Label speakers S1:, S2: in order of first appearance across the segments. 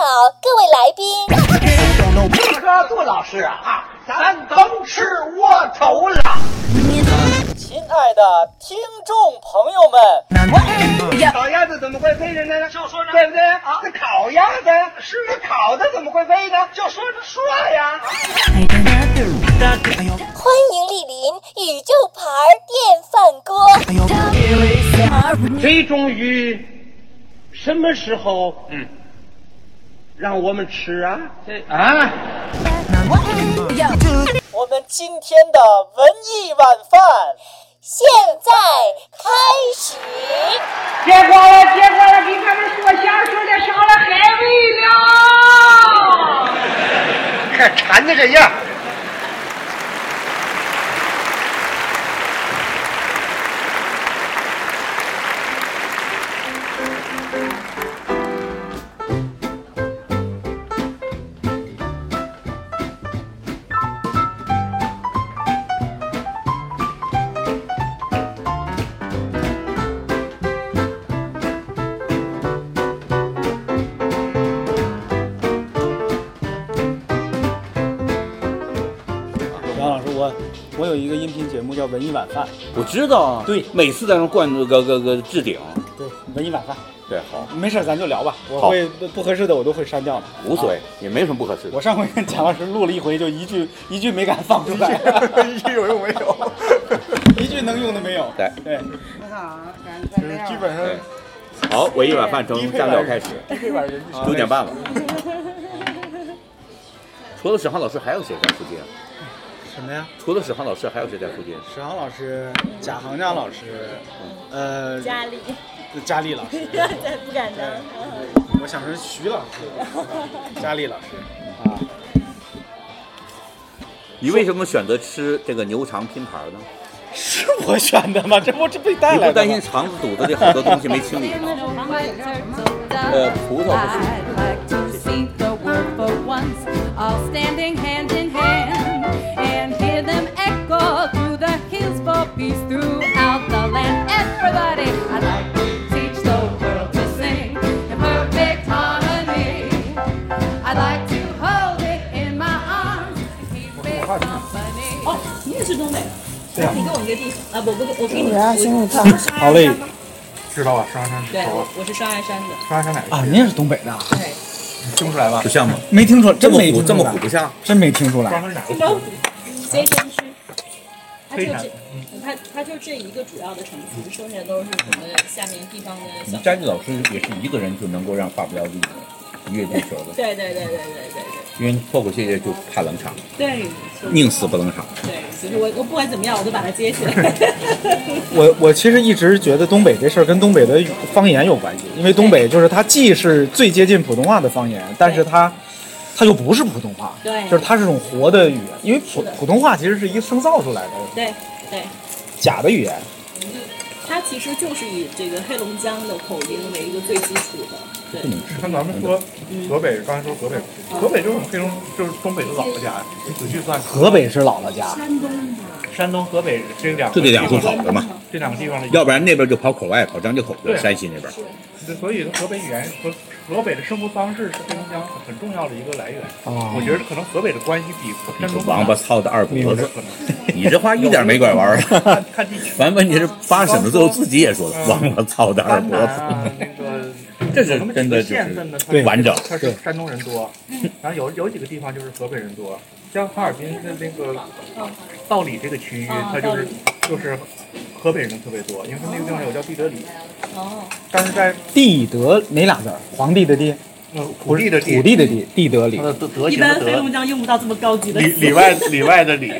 S1: 好，各位来宾。
S2: 这杜老师啊，啊咱甭吃窝头了。
S3: 亲爱的听众朋友们，
S2: 烤鸭子怎么会飞着呢？就说对不对啊？那烤鸭子是烤的，怎么会飞呢？就说着说呀。
S1: 欢迎莅临宇宙牌电饭锅。
S2: 这终于什么时候？嗯，让我们吃啊？这啊，
S3: 我们今天的文艺晚饭，
S1: 现在开始，
S4: 结果了，结果了，给俺们说相声的上了海味了。
S2: 看馋的这样。
S5: 杨老师，我我有一个音频节目叫《文艺晚饭
S6: 我知道啊，
S5: 对
S6: 每次在那灌个个个个置顶，》，
S5: 对，文艺晚饭，
S6: 对，好，
S5: 没事儿咱就聊吧，我
S6: 好
S5: 会不不合适的我都会删掉的，
S6: 无所谓
S5: 啊。，
S6: 也没什么不合适的
S5: 我。上回跟蒋老师录了一回，就一句 一句没敢放出 来，一句有用没有？ 一句能用的没有。
S6: 对
S5: 对， 就是基本上
S6: 对，哎好，文艺晚饭从
S5: 低配
S6: 单
S5: 版
S6: 聊开始，
S5: 低配版人
S6: 九点半了。 除了沈航老师，还有谁在附近？啊
S5: 什么呀？
S6: 除了沈航老师，还有谁在附近？
S5: 史航老师、贾行家老师，呃，
S7: 家里，
S5: 佳丽老师，
S7: 对，不敢当。
S5: 我想说徐老师，佳丽老师。
S6: 你为什么选择吃这个牛肠拼盘呢？
S5: 是我选的吗？这不这被带
S6: 你
S5: 来
S6: 不
S5: 的
S6: 担
S5: 吗
S6: 心？肠子肚子里好多东西没清理 吗？呃，葡萄不是。
S8: I'd like to see the world for once, all standing hand in hand, and hear them echo through the hills for peace throughout the land. Everybody, I'd like to teach the world to sing in perfect harmony. I'd like to hold it in my arms and keep it company.
S7: 哦，你也是东北的，你跟我一个地方啊？不不，我跟你我是
S5: 好嘞
S9: 知道吧？双鸭山
S7: 对，我我是双鸭山的。
S9: 双鸭山哪个？
S5: 啊，您也是东北的啊，
S9: 听不出来吧
S6: 不？像吗？
S5: 没听出来，
S6: 这
S5: 真
S6: 么
S5: 没
S6: 虎，
S5: 听
S6: 这
S5: 出
S6: 么虎
S5: 来，
S6: 不像。
S5: 真没听出来。
S9: 山哪
S7: 荆州虎，所以先区，它就
S9: 非常
S7: 这，它它就这一个主要的城市，剩下都是我们下面地方的小。
S6: 佳丽老师也是一个人就能够让发不了力的，越不舍得。
S7: 对对对对对对
S6: 因为破口谢谢就怕冷场，
S7: 对对，
S6: 宁死不冷场。
S7: 对，所以我我不管怎么样，我都把它接起来。
S5: 我我其实一直觉得东北这事儿跟东北的方言有关系，因为东北就是它既是最接近普通话的方言，但是它它又不是普通话，
S7: 对
S5: 就是它是种活的语言，因为普
S7: 是的
S5: 普通话其实是一个生造出来的
S7: 对对，
S5: 假的语言，
S7: 它其实就是以这个黑龙江的口音为一个最基础的。对，
S9: 看咱们说河北，刚才说河北，河北就是黑龙，就是东北的老家。你仔细算，
S5: 河北是老了家，
S9: 山东、河北这两
S6: 就
S9: 个
S6: 这
S9: 地
S6: 两
S9: 方，
S6: 处好的嘛，
S9: 这两个地方的，
S6: 要不然那边就跑口外，跑张家口
S9: 对
S6: 了，山西那边。
S9: 所以河北语言和河北的生活方式是黑龙江很重要的一个来源。
S5: 哦
S9: 我觉得可能河北的关系比山东
S6: 王八操的二
S9: 有
S6: 脖
S9: 点
S6: 子，
S9: 可能。
S6: 你这话一点没拐弯啊！
S9: 看看地区，
S6: 完问题是八省的最后自己也说了，王八操的二
S9: 甘
S6: 脖
S9: 南啊，
S6: 子，
S9: 那个
S6: 这是
S9: 有那么
S6: 真
S9: 几
S6: 的
S9: 个
S6: 就
S9: 县份呢，它
S5: 对
S6: 是完整。
S9: 它是山东人多，然后有有几个地方就是河北人多，像哈尔滨的那个道里这个区域，
S7: 啊
S9: 它就是
S7: 道
S9: 就是河北人特别多，因为它那个地方有叫地德里，
S7: 哦，
S9: 但是在
S5: 地德哪俩字儿？皇帝的帝，
S9: 呃土地的
S5: 土地的地，地德里
S9: 它。的德德
S7: 一
S9: 行的
S7: 般黑
S9: 德
S7: 龙，江用不到这么高级的
S9: 里
S7: 词。
S9: 里外里外的里，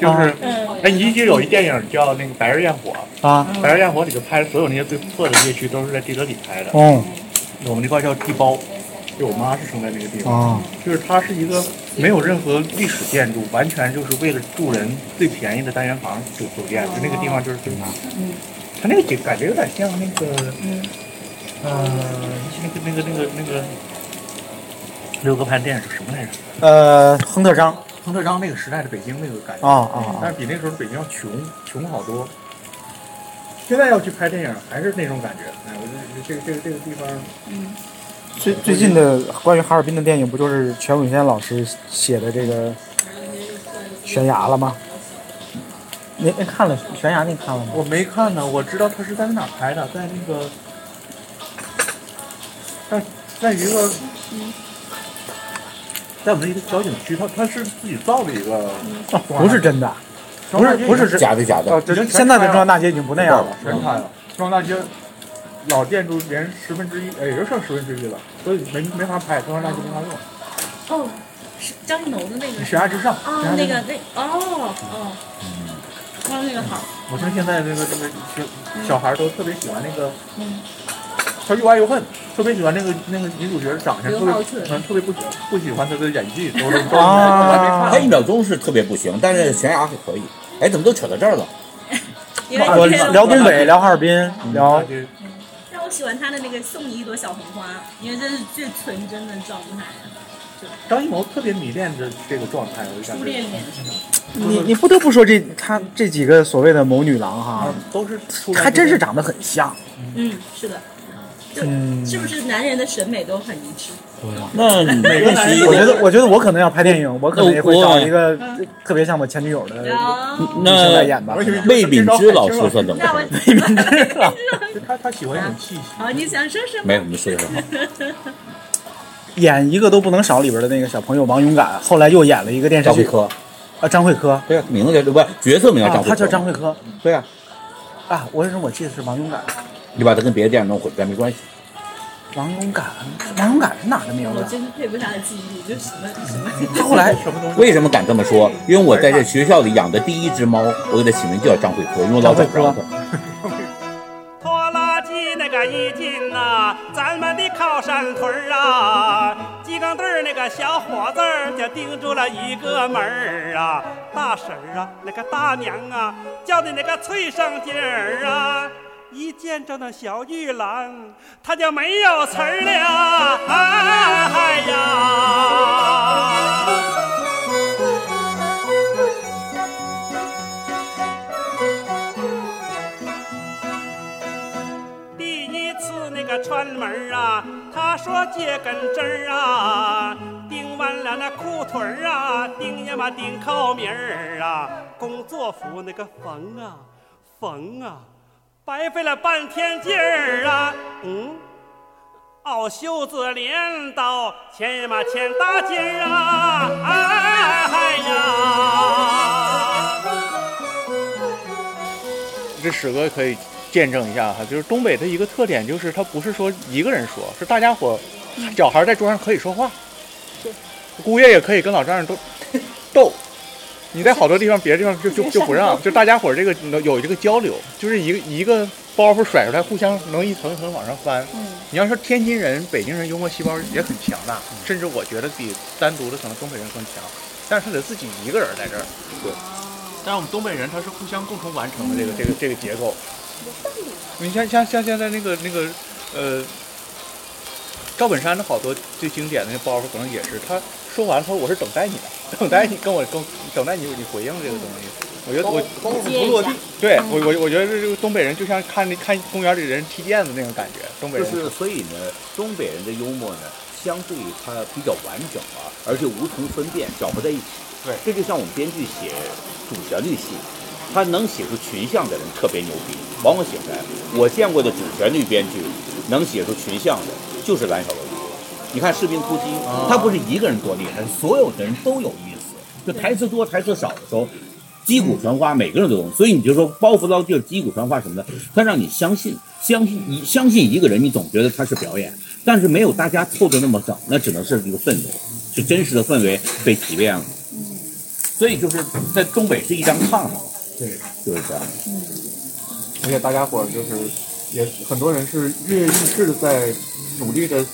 S6: 哦
S9: 就是
S7: 嗯
S9: 哎，你记得有一电影叫那个《白日焰火》，
S5: 啊，
S6: 嗯
S9: 《白日焰火》里就拍所有那些最破的街区都是在地德里拍的，
S5: 哦
S9: 我们那块叫地包，就我妈是生在那个地方。
S5: 哦，
S9: 就是它是一个没有任何历史建筑，完全就是为了住人最便宜的单元房酒酒店，就那个地方就是就是它，它那个景感觉有点像那个，呃，那个那个那个那个刘格潘电影是什么来着？
S5: 呃，亨特章，
S9: 亨特章那个时代的北京那个感觉，
S5: 啊啊啊
S9: 但是比那时候北京要穷穷好多。现在要去拍电影还是那种感觉，哎，我就这个这个这个地方，
S5: 最最近的关于哈尔滨的电影，不就是全永先老师写的这个《悬崖》了吗？您您看了《悬崖》？您看了吗？
S9: 我没看呢，我知道他是在哪儿拍的，在那个，在在一个，在我们一个小景区，他他是自己造的一个，
S5: 啊不是真的，不是不是真。
S10: 假的假的
S9: 哦，，
S5: 已
S9: 这
S5: 经现在的中央大街已经不那样了。哦
S9: 全拆了，中央大街老建筑连十分之一，哎，也就剩十分之一了，所以没没法拍，中央大街没法用。
S7: 哦，是张艺谋的那
S5: 嗯
S7: 个
S9: 悬崖之上，悬
S7: 啊
S9: 崖，之
S7: 那
S9: 上
S7: 个那哦哦，
S5: 嗯
S7: 刚刚那个好，
S9: 我听现在那个这个小小孩儿都特别喜欢那个，
S7: 嗯
S9: 他又爱又恨，特别喜欢那个那个女主角的长相，特
S7: 刘
S9: 别
S7: 浩存
S9: 嗯特别不喜不喜欢她的演技， 都是都是
S5: 啊
S10: 他一秒钟是特别不行，但是悬崖还可以。哎，怎么都扯到这儿了？
S7: 因为
S5: 我
S7: 因为
S5: 聊东北，聊哈尔滨，聊
S7: 但我喜欢他的那个送你一朵小红花，因为这是最纯真的状态，
S9: 张艺谋特别迷恋着这个状态，我就感
S7: 初
S9: 觉
S7: 恋脸是吗？
S5: 你你不得不说这他这几个所谓的谋女郎哈
S9: 啊，都是出来
S5: 还真是长得很像。
S7: 嗯，是的。就
S5: 嗯
S7: 是不是男人的审美都很一致？
S10: 那你认识一
S5: 我
S10: 个，
S5: 觉得我觉得我可能要拍电影，我可能也会
S6: 我
S5: 找一个特别像我前女友的
S7: 啊，
S5: 女性来
S6: 那
S5: 演吧。
S7: 嗯
S10: 魏敏芝老师算怎么
S7: 那我
S10: 回事？
S7: 知道。
S9: 就他他喜欢一种气息，
S7: 好，你想说什么？
S10: 啊没有，你说一说。
S5: 演一个都不能少里边的那个小朋友王勇敢，后来又演了一个电视
S10: 张慧
S5: 剧，
S10: 科，
S5: 啊，张慧科，
S10: 对啊，名字叫不是角色名叫
S5: 啊
S10: 张，慧科，
S5: 他叫张慧科
S10: 对啊，
S5: 啊，我为什么我记得是王勇敢？
S10: 你把它跟别的电影弄混，咱没关系。
S5: 王勇敢，王勇敢是哪儿的名
S7: 我
S5: 字？
S7: 真是佩服他的记忆力，就什么什么。
S5: 他后来
S9: 什么东西？
S10: 为什么敢这么说？因为我在这学校里养的第一只猫，我给它起名叫张慧科，因为我老找不着它。
S2: 拖拉机那个一进呐、咱们的靠山屯儿啊，鸡缸队儿那个小伙子儿就盯住了一个门儿啊，大婶儿啊，那个大娘啊，叫的那个脆上劲儿啊。一见着那小玉兰，他就没有词儿了啊，哎呀！第一次那个串门儿啊，他说借根针儿啊，钉完了那裤腿儿啊，钉呀嘛钉靠名儿啊，工作服那个缝啊缝啊，白费了半天劲儿啊，嗯。袄袖子镰刀，牵呀嘛牵大筋儿啊，哎呀！
S9: 这史哥可以见证一下哈，就是东北的一个特点，就是他不是说一个人说，是大家伙，小孩在桌上可以说话，姑爷也可以跟老丈人斗 斗。你在好多地方，别的地方就就就不让，就大家伙这个能有这个交流，就是一个一个包袱甩出来，互相能一层一层往上翻。你要说天津人、北京人幽默细胞也很强大，甚至我觉得比单独的可能东北人更强，但是他得自己一个人在这儿。对，但是我们东北人他是互相共同完成的这个这个这个结构。你像像像现在那个那个呃，赵本山的好多最经典的那包袱，可能也是他说完了后，我是等待你的，等待你跟我跟等待你你回应这个东西。我觉得我包袱不落地，对
S5: 嗯
S9: 我我我觉得这个东北人就像看那看公园里人踢毽子那种感觉，东北
S6: 就
S9: 人
S6: 是所以呢，东北人的幽默呢，相对它比较完整啊，而且无从分辨，搅和在一起。
S9: 对
S6: 这就像我们编剧写主旋律戏，他能写出群像的人特别牛逼，往往写不来。我见过的主旋律编剧能写出群像的，就是蓝小龙。你看《士兵突击》，他不是一个人多厉害，所有的人都有意思。就台词多台词少的时候，击鼓传花，每个人都懂。所以你就说包袱捞地儿、击鼓传花什么的，它让你相信，相信你相信一个人，你总觉得他是表演，但是没有大家凑的那么整，那只能是一个氛围，是真实的氛围被体验了。所以就是在东北是一张炕上，
S9: 对，
S6: 就是这样。
S9: 而且大家伙儿就是也很多人是跃跃欲试的在努力的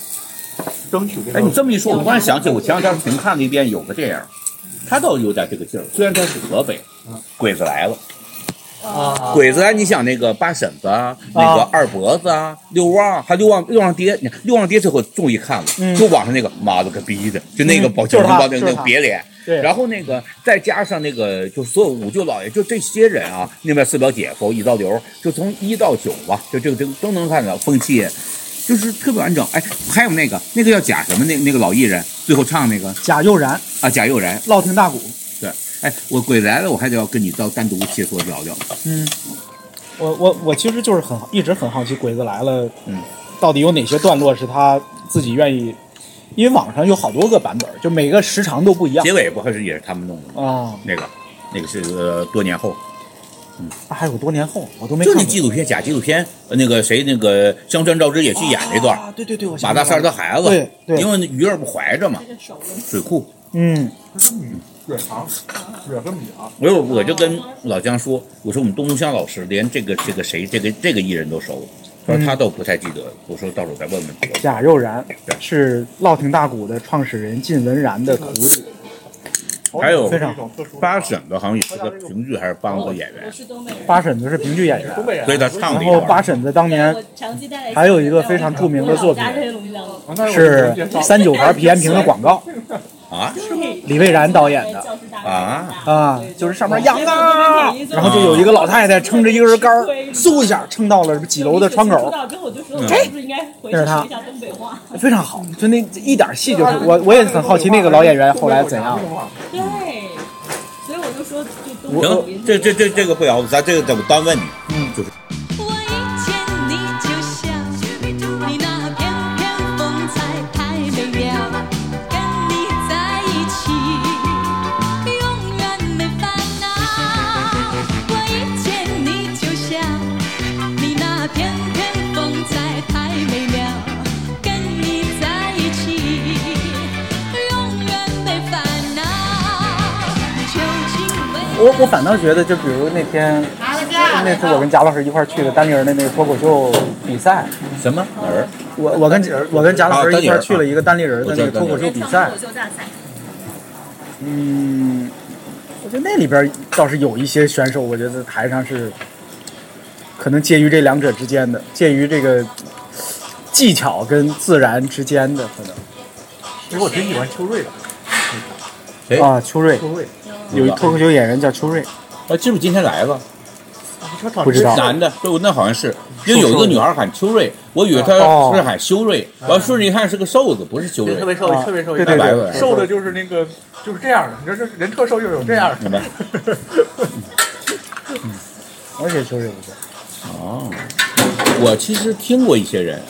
S9: 争取这
S6: 哎，你这么一说，我突然想起我前两天平看了一遍有个电影，他倒有点这个劲儿，虽然他是河北，鬼子来了。
S9: 嗯啊，
S6: 鬼子啊，你想那个八婶子啊，那个二伯子啊，六旺，还有六旺六旺爹，你看六旺爹最后终于看了，
S5: 嗯
S6: 就网上那个妈了个逼的，就那个
S5: 嗯
S6: 保
S5: 就
S6: 全
S5: 是他
S6: 保那
S5: 就
S6: 个
S5: 是
S6: 那个
S5: 他
S6: 瘪脸，
S5: 对
S6: 然后那个再加上那个就所有五舅姥爷，就这些人啊，那边四表姐夫、一道刘，就从一到九吧，就这个这个都能看到风气。就是特别完整。哎，还有那个那个叫贾什么那那个老艺人，最后唱那个
S5: 贾又然
S6: 啊，贾又然，
S5: 烙听大鼓。
S6: 对，哎，我鬼来了，我还得要跟你到单独切磋聊聊。
S5: 嗯，我我我其实就是很一直很好奇，鬼子来了，嗯，到底有哪些段落是他自己愿意？因为网上有好多个版本，就每个时长都不一样。
S6: 结尾不还是也是他们弄的吗？
S5: 啊，
S6: 那个那个是呃多年后，嗯，
S5: 还有多年后，我都没
S6: 就
S5: 看
S6: 那
S5: 过。
S6: 纪录片假纪录片，呃那个谁那个香川照之也去演那段，
S5: 啊，对对对，我
S6: 马大三儿的孩子，
S5: 对对
S6: 因为那鱼儿不怀着嘛，水库。
S5: 嗯，
S9: 血糖，血和米啊，
S6: 我有我就跟老姜说，我说我们东东香老师连这个这个谁这个这个艺人都熟，他
S5: 嗯
S6: 说他都不太记得，我说到时候再问问他。
S5: 贾又然是烙听大鼓的创始人靳文然的徒弟。
S6: 还有
S5: 非常
S6: 八婶子好像也是个评剧还是帮过演员，
S5: 八婶子是评剧演员，
S6: 所以他唱了
S5: 然
S6: 一
S5: 后
S6: 段。
S5: 八婶子当年还有一个非常著名的作品
S9: 哦
S5: 是三九牌皮炎平的广告
S6: 啊，
S5: 李蔚然导演的
S6: 啊
S5: 啊，就是上面羊啊，然后就有一个老太太撑着一根杆儿，嗖一下撑到了几楼的窗口，
S11: 之后我就说，
S5: 嗯
S11: 我是不是应该回去
S5: 那是他
S11: 学一下东北话？
S5: 非常好，就那一点戏就是我我也很好奇那个老演员后来怎样。
S11: 对，所以我就说，就东北
S6: 行，这这这这个不聊，咱这个怎么单问你？嗯，就是
S7: 我一见你就笑，你那翩翩风采太美妙，跟你在一起永远没烦恼。我一见你就笑，你那翩翩风采太美妙，跟你在一起永远没烦恼。究竟为
S5: 我我反倒觉得，就比如那天那次我跟贾老师一块儿去的丹尼尔的那个脱口秀比赛，
S6: 什么哪儿？
S5: 我我跟我跟贾老师一块儿去了一个啊丹立人的那个脱口秀比赛
S11: 脱口，秀大赛，
S5: 嗯，我觉得那里边倒是有一些选手，我觉得台上是可能介于这两者之间的，介于这个技巧跟自然之间的可能。
S9: 其实我挺喜欢秋瑞的，
S6: 谁
S5: 啊？秋瑞，
S9: 秋瑞
S5: 有一脱口秀演员叫秋瑞，
S6: 哎，是不是今天来了？
S5: 不知道
S6: 男的，对，那好像是，因为有一个女孩喊秋瑞，我以为她
S5: 哦
S6: 是喊修瑞，完顺着一看是个瘦子，不是秋瑞，
S9: 特别瘦，特别瘦，
S6: 啊对对
S9: 白
S6: 对，
S9: 瘦的就是那个就是这样的，你说这人特瘦又有这样
S6: 明白
S9: 的，
S5: 而且秋瑞不错。
S6: 哦，我其实听过一些人，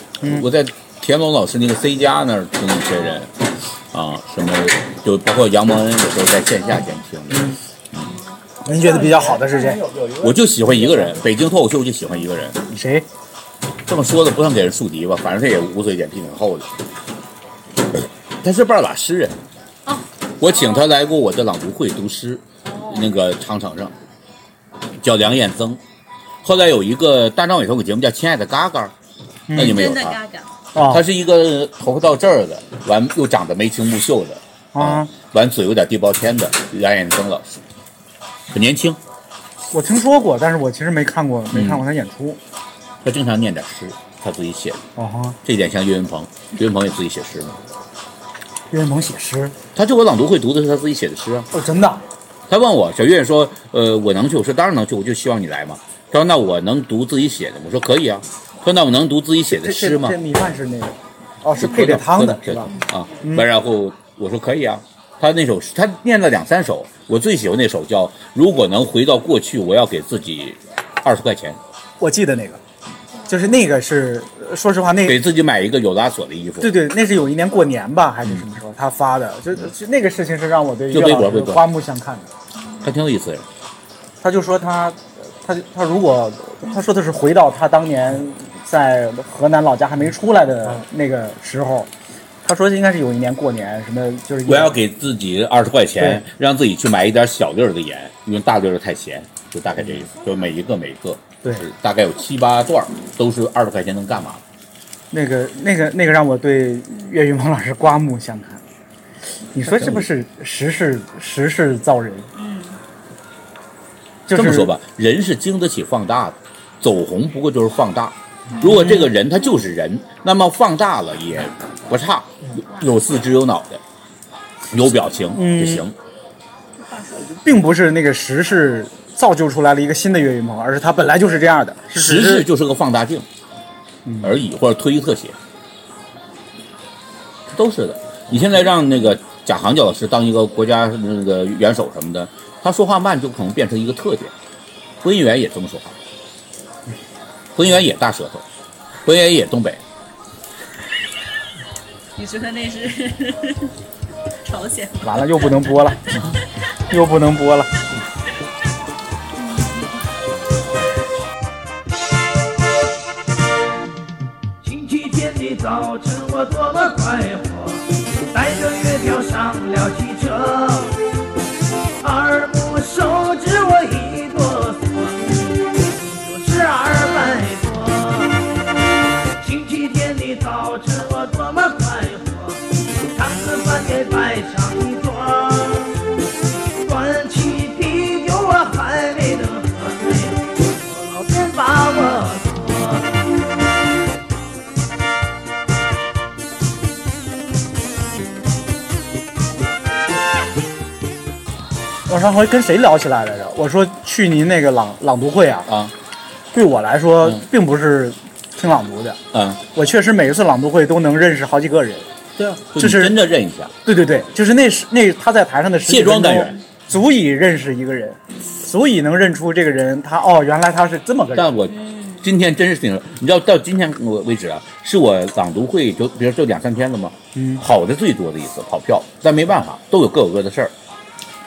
S6: 我在田龙老师那个 C 加那儿听一些人，啊，什么就包括杨蒙恩，有时候在线下先听的。
S5: 您觉得比较好的是谁？
S6: 我就喜欢一个人，北京脱口秀我就喜欢一个人。
S5: 谁？
S6: 这么说的不算给人树敌吧，反正他也无罪点皮挺厚的。他是半拉诗人，
S12: 哦
S6: 我请他来过我的朗读会读诗，那个场场上叫梁彦增。后来有一个大张伟投个节目叫《亲爱的嘎嘎》，那你们
S12: 真
S6: 有
S12: 的
S6: 他？
S12: 嘎嘎，
S5: 哦啊
S6: 他是一个头发到这儿的，完又长得眉清目秀的，
S5: 啊，
S6: 完嘴有点地包天的梁彦增老师，很年轻，
S5: 我听说过，但是我其实没看过，没看过他演出。
S6: 他经常念点诗，他自己写的，
S5: 哦哈，
S6: 这点像岳云鹏，岳云鹏也自己写诗嘛。
S5: 岳云鹏写诗，
S6: 他就我朗读会读的是他自己写的诗啊。
S5: 哦，真的。
S6: 他问我小岳说，呃，我能去？我说当然能去，我就希望你来嘛。他说那我能读自己写的吗？我说可以啊。他说那我能读自己写的
S5: 这
S6: 诗
S5: 这
S6: 吗？
S5: 这米饭是那个，哦，是配着汤的是吧？嗯
S6: 啊，完然后我说可以啊。他那首诗他念了两三首，我最喜欢那首叫《如果能回到过去，我要给自己二十块钱，
S5: 我记得那个，就是那个是，呃说实话，那
S6: 给自己买一个有拉锁的衣服》。
S5: 对对，那是有一年过年吧，
S6: 嗯
S5: 还是什么时候他发的？就就那个事情是让我对
S6: 就
S5: 岳
S6: 微博
S5: 老
S6: 微
S5: 师
S6: 博
S5: 刮目相看的。
S6: 他挺有意思的人。
S5: 他就说他，他他如果他说的是回到他当年在河南老家还没出来的
S6: 嗯
S5: 那个时候，他说应该是有一年过年什么就是
S6: 我要给自己二十块钱
S5: 对，
S6: 让自己去买一点小粒儿的盐，因为大粒儿的太咸，就大概这意思。就每一个每一个，
S5: 对，
S6: 大概有七八段儿，都是二十块钱能干嘛？
S5: 那个那个那个让我对岳云鹏老师刮目相看。你说是不是时势时势造人？就是
S6: 嗯这么说吧，人是经得起放大的，走红不过就是放大。如果这个人他就是人，那么放大了也不差，有有四肢有脑袋，有表情
S5: 嗯
S6: 就行。
S5: 并不是那个时势造就出来了一个新的岳云鹏，而是他本来就是这样的。嗯
S6: 时
S5: 只
S6: 事就是个放大镜而已，或者推特写。都是的。你现在让那个贾航贾老师当一个国家那个元首什么的，他说话慢就可能变成一个特点。播音员也这么说话，播音员也大舌头，播音员也东北，
S7: 你说的那是 朝鲜吗？
S5: 完了又不能播了，又不能播了。
S2: 星期天的早晨，我多么快活，带着月票上了汽车，二目手指我一哆嗦，就是二百多。星期天的早晨，我多么快活，肠子饭给摆上一桌，端起啤酒我还没等喝醉，我老天把我躲。
S5: 我上回跟谁聊起来来着？我说去您那个朗朗读会啊，
S6: 啊，
S5: 对我来说、并不是听朗读的，
S6: 嗯，
S5: 我确实每一次朗读会都能认识好几个人。
S6: 对啊，
S5: 就是
S6: 你真的认一下。
S5: 对对对，就是那是那他在台上的10
S6: 卸妆
S5: 分钟
S6: 单元，
S5: 足以认识一个人，足以能认出这个人他哦，原来他是这么个人。
S6: 但我今天真是挺，你知道到今天我为止啊，是我朗读会就比如就两三天了吗？
S5: 嗯
S6: 跑的最多的一次跑票，但没办法，都有各有各的事儿。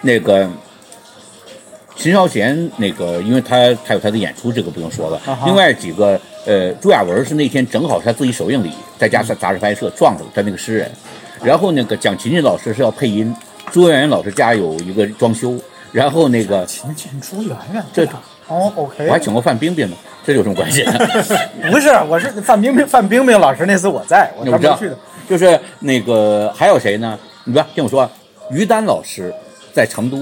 S6: 那个秦霄贤，那个因为他还有他的演出，这个不用说了。
S5: 啊哈
S6: 另外几个，呃，朱亚文是那天正好是他自己首映礼，在家杂杂志拍摄撞上他那个诗人，然后那个蒋勤勤老师是要配音，朱媛媛老师家有一个装修，然后那个
S5: 勤勤朱媛媛
S6: 这
S5: 哦，OK，
S6: 我还请过范冰冰呢，这有什么 关系？
S5: 不是，我是范冰冰，范冰冰老师那次我在，我
S6: 你
S5: 专
S6: 不知
S5: 门
S6: 道
S5: 去的。，
S6: 就是那个还有谁呢？你不要听我说啊，于丹老师在成都，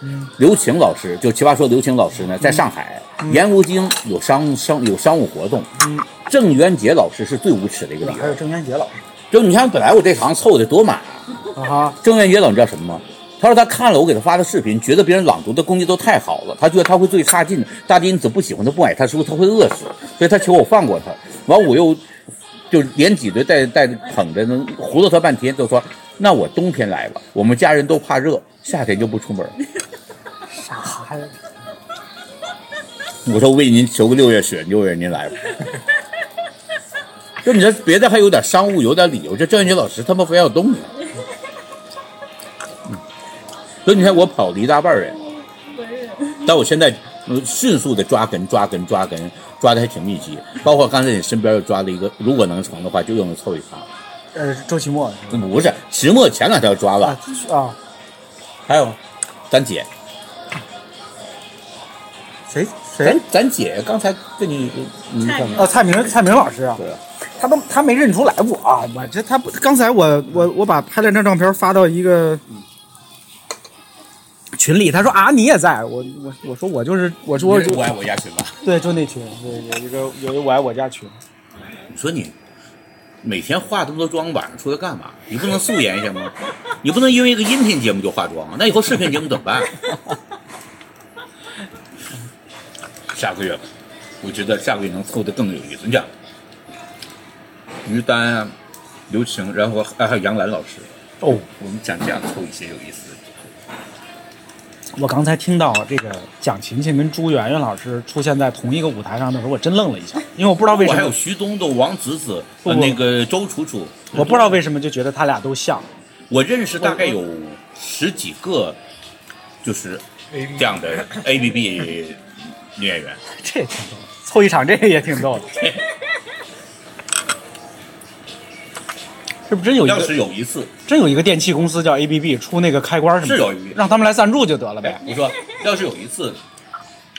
S5: 嗯
S6: 刘晴老师就奇葩说刘晴老师呢在上海，
S5: 嗯
S6: 颜如晶有商商有商务活动，
S5: 嗯，
S6: 郑渊洁老师是最无耻的一个
S5: 对吧
S6: 例子。
S5: 还有郑渊洁老师
S6: 就你看，本来我这行凑的多满
S5: 啊哈，
S6: 郑渊洁老师你知道什么吗？他说他看了我给他发的视频，觉得别人朗读的功力都太好了，他觉得他会最差劲，大家因此不喜欢他，不买他书，他会饿死，所以他求我放过他。完我又就连挤兑带带捧着能糊弄他半天，就说那我冬天来了，我们家人都怕热，夏天就不出门。
S5: 傻孩子，
S6: 我说为您求个六月雪，六月您来 吧。就你说别的还有点商务，有点理由，这郑渊洁老师他妈非要动你。嗯，所以你看我跑了一大半儿人，但我现在呃迅速的抓根抓根抓根，抓的还挺密集。包括刚才你身边又抓了一个，如果能成的话，就又能凑一发。
S5: 呃，周奇墨
S6: 不是，石墨前两天就抓了，
S5: 啊，
S6: 哎还有咱姐，
S5: 谁
S6: 咱咱姐刚才跟你嗯你干嘛
S5: 啊，蔡明蔡明老师啊，
S6: 对啊
S5: 他都他没认出来我，啊我这他不刚才我我我把拍了张照片发到一个群里，他说啊你也在，我我我说我就是我说
S6: 你是我爱我家群吧。
S5: 对，就那群，对有一个有一个我爱我家群，
S6: 你说你每天化这么多妆，晚上出来干嘛？你不能素颜一下吗？ 你不能因为一个音频节目就化妆啊？那以后视频节目怎么办？ 下个月吧，我觉得下个月能凑得更有意思。你讲，于丹啊，刘晴，然后还有杨澜老师，
S5: 哦，
S6: 我们讲这样凑一些有意思的。
S5: 我刚才听到这个蒋勤勤跟朱媛媛老师出现在同一个舞台上的时候，我真愣了一下，因为我不知道为什
S6: 还有
S5: 么，
S6: 徐冬冬、王子子，
S5: 不
S6: 呃，
S5: 不
S6: 那个周楚楚，
S5: 我不知道为什么就觉得他俩都像，
S6: 我认识大概有十几个，就是这样的 A B B 女演员。
S5: 这也挺逗的，凑一场这个也挺逗的，是不是真有一
S6: 要
S5: 个？
S6: 是有一次，
S5: 真有一个电器公司叫 ABB 出那个开关什么的，
S6: 是有一个
S5: 让他们来赞助就得了呗。
S6: 我说要是有一次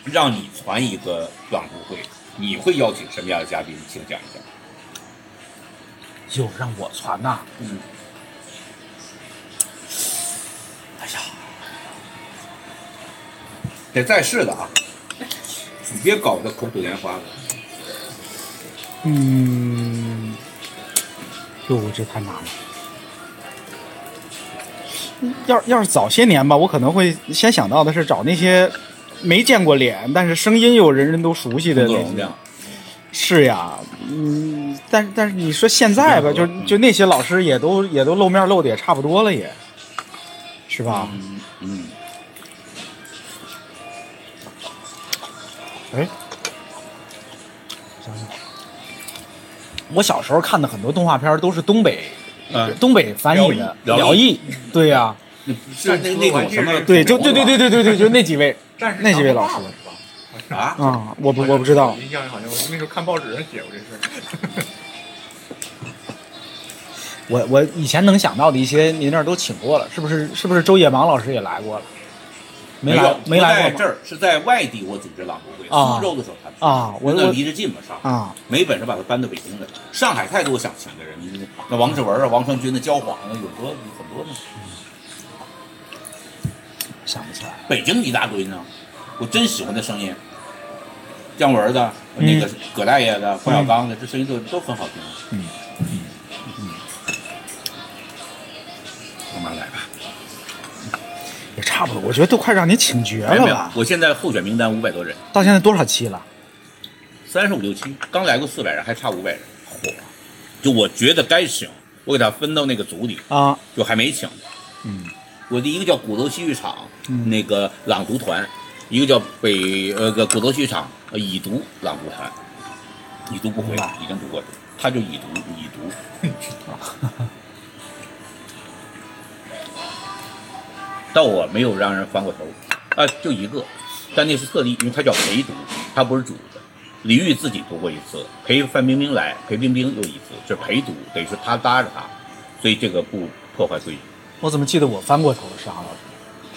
S6: 让你传一个朗读会，你会邀请什么样的嘉宾？请讲一下。
S5: 哟，让我传呐、
S6: 嗯，哎呀，得在世的啊，你别搞得口吐莲花了。
S5: 嗯，哟，这太难了。要要是早些年吧，我可能会先想到的是找那些没见过脸，但是声音又人人都熟悉的
S6: 工
S5: 那
S6: 作
S5: 些
S6: 容量，
S5: 是呀，嗯，但是但是你说现在吧，就就那些老师也都也都露面露的也差不多了也，是吧？
S10: 嗯。
S5: 哎，想想，我小时候看的很多动画片都是东北，
S10: 嗯，
S5: 东北翻译的
S10: 辽艺
S5: 辽艺，对 呀、
S10: 是那那种什啊么？
S5: 对，就对对对对对对，就那几位
S9: 战士，
S5: 那几位老师
S9: 长是吧？啊，
S5: 啊，我不我不知道
S9: 印象好像我那时候看报纸上写过这事儿。
S5: 我我以前能想到的一些，您那儿都请过了，是不是？是不是周野芒老师也来过了？没来
S6: 有，
S5: 没来
S6: 不在
S5: 过
S6: 这
S5: 吗？
S6: 儿，是在外地我组织朗读会，
S5: 啊
S6: 苏州的时候他去
S5: 啊我
S6: 那
S5: 我
S6: 离着近嘛上海
S5: 啊，
S6: 没本事把他搬到北京来。上海太多想请的人，那王志文啊、王传君的交晃啊，有多很多呢。
S5: 想不起来，
S6: 北京一大堆呢，我真喜欢他声音，姜文的、那个葛大爷的、冯小刚的，这声音都都很好听。
S5: 嗯
S6: 慢慢来吧，
S5: 也差不多，我觉得都快让你请绝
S6: 没有
S5: 了
S6: 没有
S5: 吧？，
S6: 我现在候选名单五百多人，
S5: 到现在多少期了？
S6: 三十五六七，刚来过四百人，还差五百人。嚯！就我觉得该请，我给他分到那个组里，
S5: 啊，
S6: 就还没请。
S5: 嗯，
S6: 我的一个叫鼓楼戏剧场，
S5: 嗯
S6: 那个朗读团；一个叫北呃个鼓楼戏剧场呃已读朗读团，已读不回，已经读过去了，他就已读已读。到我没有让人翻过头，啊，就一个，但那是特例，因为他叫陪读，他不是主的。李玉自己读过一次，陪范冰冰来，陪冰冰又一次，是陪读，等于是他搭着他，所以这个不破坏规矩。
S5: 我怎么记得我翻过头是啊？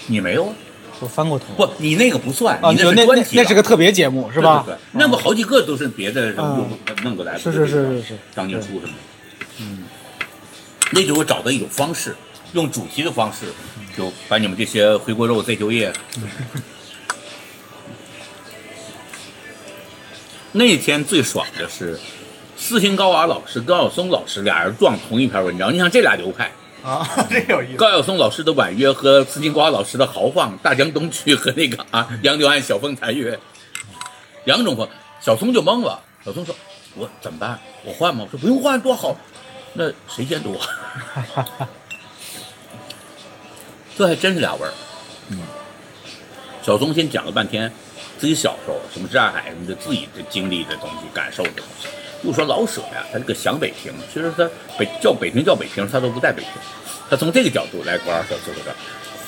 S6: 你没有啊？
S5: 我翻过头。
S6: 不，你那个不算，
S5: 啊，
S6: 你
S5: 就
S6: 那
S5: 那
S6: 是专
S5: 那
S6: 题了，
S5: 那是个特别节目是吧
S6: 对？对对那不好几个都是别的人
S5: 嗯
S6: 弄弄过来的，
S5: 是是是是是，嗯
S6: 张静初什么的。那就是我找到一种方式，用主题的方式，就把你们这些回锅肉再就业。那天最爽的是，斯琴高娃老师、高晓松老师俩人撞同一篇文章。你想这俩流派，
S9: 啊， 这有意思。
S6: 高晓松老师的婉约和斯琴高娃老师的豪放，大江东去和那个啊杨柳岸晓风残月，两种风，小松就懵了。小松说：“我怎么办？我换吗？”我说：“不用换，多好。”那谁先读？啊 这还真是俩味儿。小松先讲了半天自己小时候什么战海什么的自己的经历的东西、感受的东西，又说老舍呀，他这个想北平，其实他北叫北平叫北平，他都不在北平，他从这个角度来关二小说的。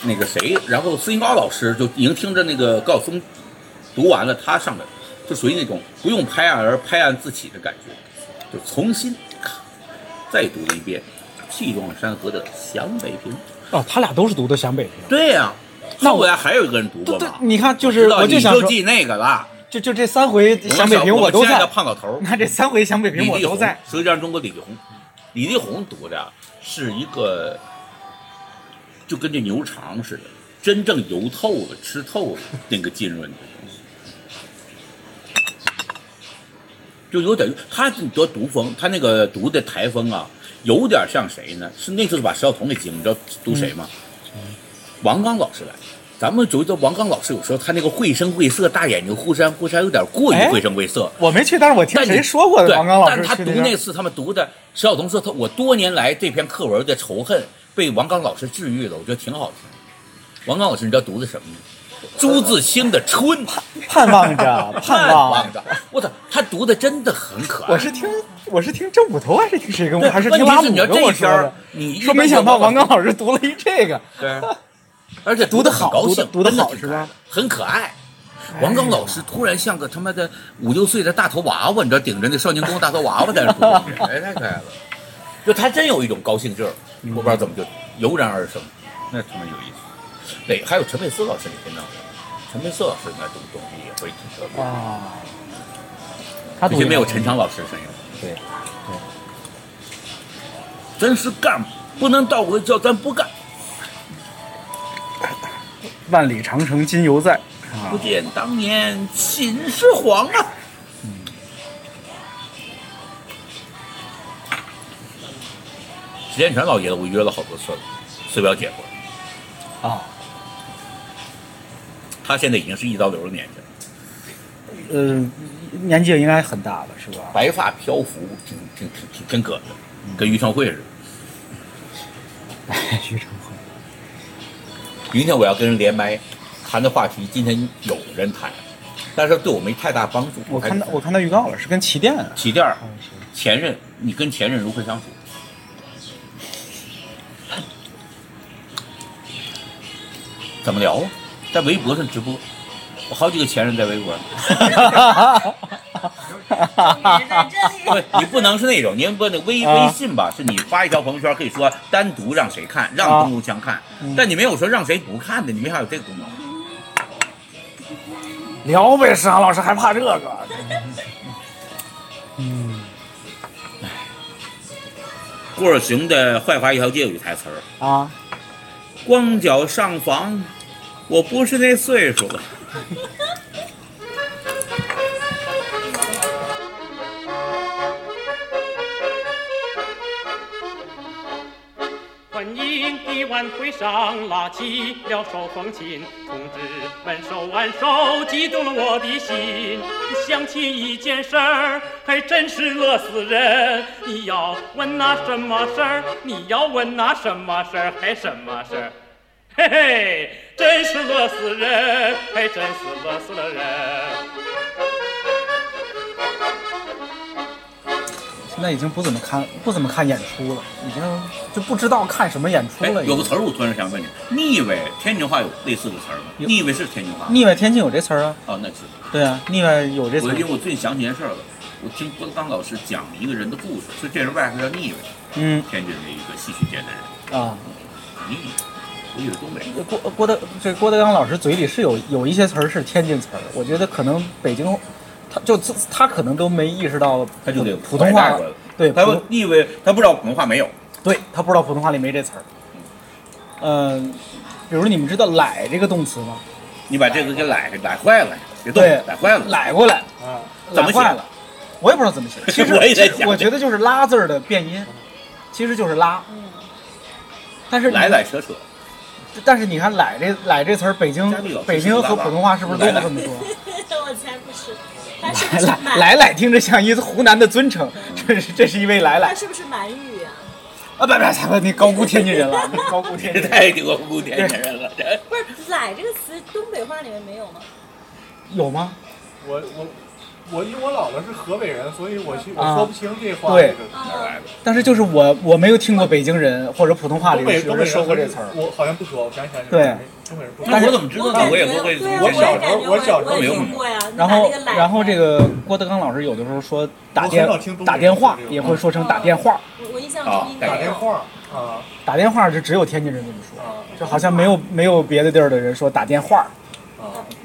S6: 那个谁，然后斯琴高老师就已经听着那个高晓松读完了，他上来就属于那种不用拍案而拍啊案自喜的感觉，就重新咔再读了一遍气壮山河的《想北平》。
S5: 哦，他俩都是读的湘北平。
S6: 对呀、
S5: 那我
S6: 后来还有一个人读过
S5: 对
S6: 嘛，，
S5: 你看，就
S6: 知
S5: 是
S6: 道
S5: 我就
S6: 你
S5: 想
S6: 就
S5: 说，
S6: 记那个了。
S5: 就就这三回湘北平
S6: 我
S5: 都
S6: 们亲爱
S5: 在
S6: 的。胖老头儿，
S5: 那这三回湘北
S6: 李
S5: 平我
S6: 丽
S5: 都
S6: 红
S5: 在。
S6: 《舌尖上中国》李丽红，李丽红读的是一个，就跟这牛肠似的，真正油透了、吃透了那个浸润的东西，就有点他你得读风，他那个读的台风啊，有点像谁呢？是那次把石晓彤给惊，你知道读谁吗？王刚老师来。咱们觉得王刚老师有时候他那个绘声绘色、大眼睛忽闪忽闪，有点过于
S5: 哎
S6: 绘声绘色。
S5: 我没去，但是我听
S6: 但你
S5: 谁说过的
S6: 对
S5: 王刚老师
S6: 但他
S5: 去
S6: 读
S5: 那
S6: 那
S5: 边
S6: 次他们读的，石晓彤说他我多年来这篇课文的仇恨被王刚老师治愈了，我觉得挺好听。王刚老师你知道读的什么吗？朱自清的《春》，
S5: 盼望 着，盼
S6: 盼
S5: 望啊
S6: 望。着。我操，他读的真的很可爱。
S5: 我是听我是听郑捕头还是听谁跟我，
S6: 对
S5: 还是
S6: 问
S5: 听
S6: 题
S5: 拉
S6: 是
S5: 姆
S6: 你要
S5: 跟
S6: 这
S5: 我
S6: 一
S5: 说
S6: 篇儿
S5: 的？
S6: 你一
S5: 说没
S6: 般
S5: 想
S6: 就
S5: 到
S6: 往
S5: 王刚老师读了一这个，
S6: 对，而且
S5: 读
S6: 的
S5: 得好
S6: 高
S5: 读得
S6: 兴，
S5: 读得
S6: 真的
S5: 好
S6: 挺
S5: 是
S6: 可
S5: 吧
S6: 爱的？很可爱。王刚老师突然像个他妈的五六岁的大头娃娃，你知道顶着那少年宫大头娃娃在那读， 哎，太可爱了。嗯就他真有一种高兴劲儿，我不知道怎么就油然而生，那他妈有意思。对，还有陈佩斯老师，你听到没有？陈佩斯老师那种东西也会挺特别的。
S5: 啊，他
S6: 可
S5: 读
S6: 惜没 有
S5: 的
S6: 陈强老师声音。
S5: 对，对，
S6: 真是干不能倒回叫咱不干，
S5: 万里长城今犹在啊
S6: 不，见当年秦始皇啊。石建全老爷子，我约了好多次了，随表姐夫。
S5: 啊，
S6: 他现在已经是一刀流的年纪了。
S5: 呃，年纪也应该很大了，是吧？
S6: 白发漂浮，挺挺挺挺真葛的，跟于承惠似
S5: 的。于承惠，
S6: 明天我要跟人连麦，谈的话题今天有人谈，但是对我没太大帮助。
S5: 我看到
S6: 还
S5: 我看到预告了，是跟起点、啊。
S6: 起点儿，前任，你跟前任如何相处？怎么聊啊？在微博上直播，我好几个前任在微博。 不，你不能是那种，您不那微
S10: 啊
S6: 微信吧，是你发一条朋友圈可以说单独让谁看，让
S10: 啊
S6: 东东锵看，但你没有说让谁不看的，你为啥有这个功能？
S5: 聊呗，史航老师还怕这个？嗯
S6: 郭尔雄的《坏话一条街》有一台词儿
S5: 啊，：“
S6: 光脚上房，我不是那岁数了。”
S13: 婚姻的晚会上拉起了手风琴，同志们手挽手，激动了我的心。想起一件事儿，还真是乐死人。你要问那什么事儿？你要问那什么事儿？还什么事儿？嘿嘿，真是乐死人，还真是乐死了人。
S5: 现在已经不怎么看不怎么看演出了，已经就不知道看什么演出
S6: 哎
S5: 了。，
S6: 有个词儿我突然想问你，腻歪，天津话有类似的词儿吗？腻歪是天津话。
S5: 腻歪天津有这词儿啊？
S6: 哦，那是。
S5: 对啊，腻歪有这词
S6: 我因为我
S5: 儿。
S6: 最近想起一件事儿了，我听郭德纲老师讲一个人的故事，所以这人外号叫腻歪，
S5: 嗯
S6: 天津的一个戏曲界的人。
S5: 啊，
S6: 腻歪，我以为东北人。
S5: 郭郭德这郭德纲老师嘴里是有有一些词儿是天津词儿，我觉得可能北京，他就自他可能都没意识到
S6: 他就得
S5: 普通话
S6: 白带过来了
S5: 对
S6: 他
S5: 普
S6: 说腻歪，他不知道普通话没有。
S5: 对他不知道普通话里没这词儿。嗯、比如你们知道“奶”这个动词吗？
S6: 你把这个给揽揽坏了，别动，
S5: 对
S6: 揽坏了，
S5: 揽过来
S6: 啊怎
S5: 懒
S6: 么写？
S5: 坏了，我也不知道怎么 写。其实
S6: 我也在想
S5: 我觉得就是“拉”字儿的变音，其实就是“拉”。但是你
S6: 来来扯扯，
S5: 但是你看“奶”这“奶”这词儿，北京北京和普通话是不是都不这么说？
S7: 我才不是，他是不
S5: 奶
S7: 是
S5: 奶
S7: 满
S5: 奶奶听着像一湖南的尊称，这是这是一位奶奶
S7: 他是不是满语啊？
S5: 啊！不不不，你高估天津人了，你高估天津人
S6: 太高估天津人了。
S7: 不是“奶”这个词，东北话里面没有吗？
S5: 有吗？
S14: 我我我因为我姥姥是河北人，所以我去我
S5: 啊
S14: 说不清这话。
S5: 对
S14: 这个
S6: 哎
S5: 但是就是我我没有听过北京人或者普通话里
S14: 东北
S5: 有
S14: 东
S5: 人
S14: 北
S5: 说过这
S14: 人
S5: 词儿。
S14: 我好像不说，我想起来
S5: 对，
S14: 东北人不说。
S5: 但是
S7: 啊
S14: 我小时候我小时候没有。
S5: 然后然后这个郭德纲老师有的时候说打电
S14: 我很少听东北人
S5: 打电话
S14: 说这个
S5: 也会说成打电话，
S7: 我我印象
S5: 啊
S7: 中应该
S5: 打
S7: 没
S5: 电
S7: 有。
S14: 话啊，
S5: 打电话是只有天津人这么说，就好像没有没有别的地儿的人说打电话，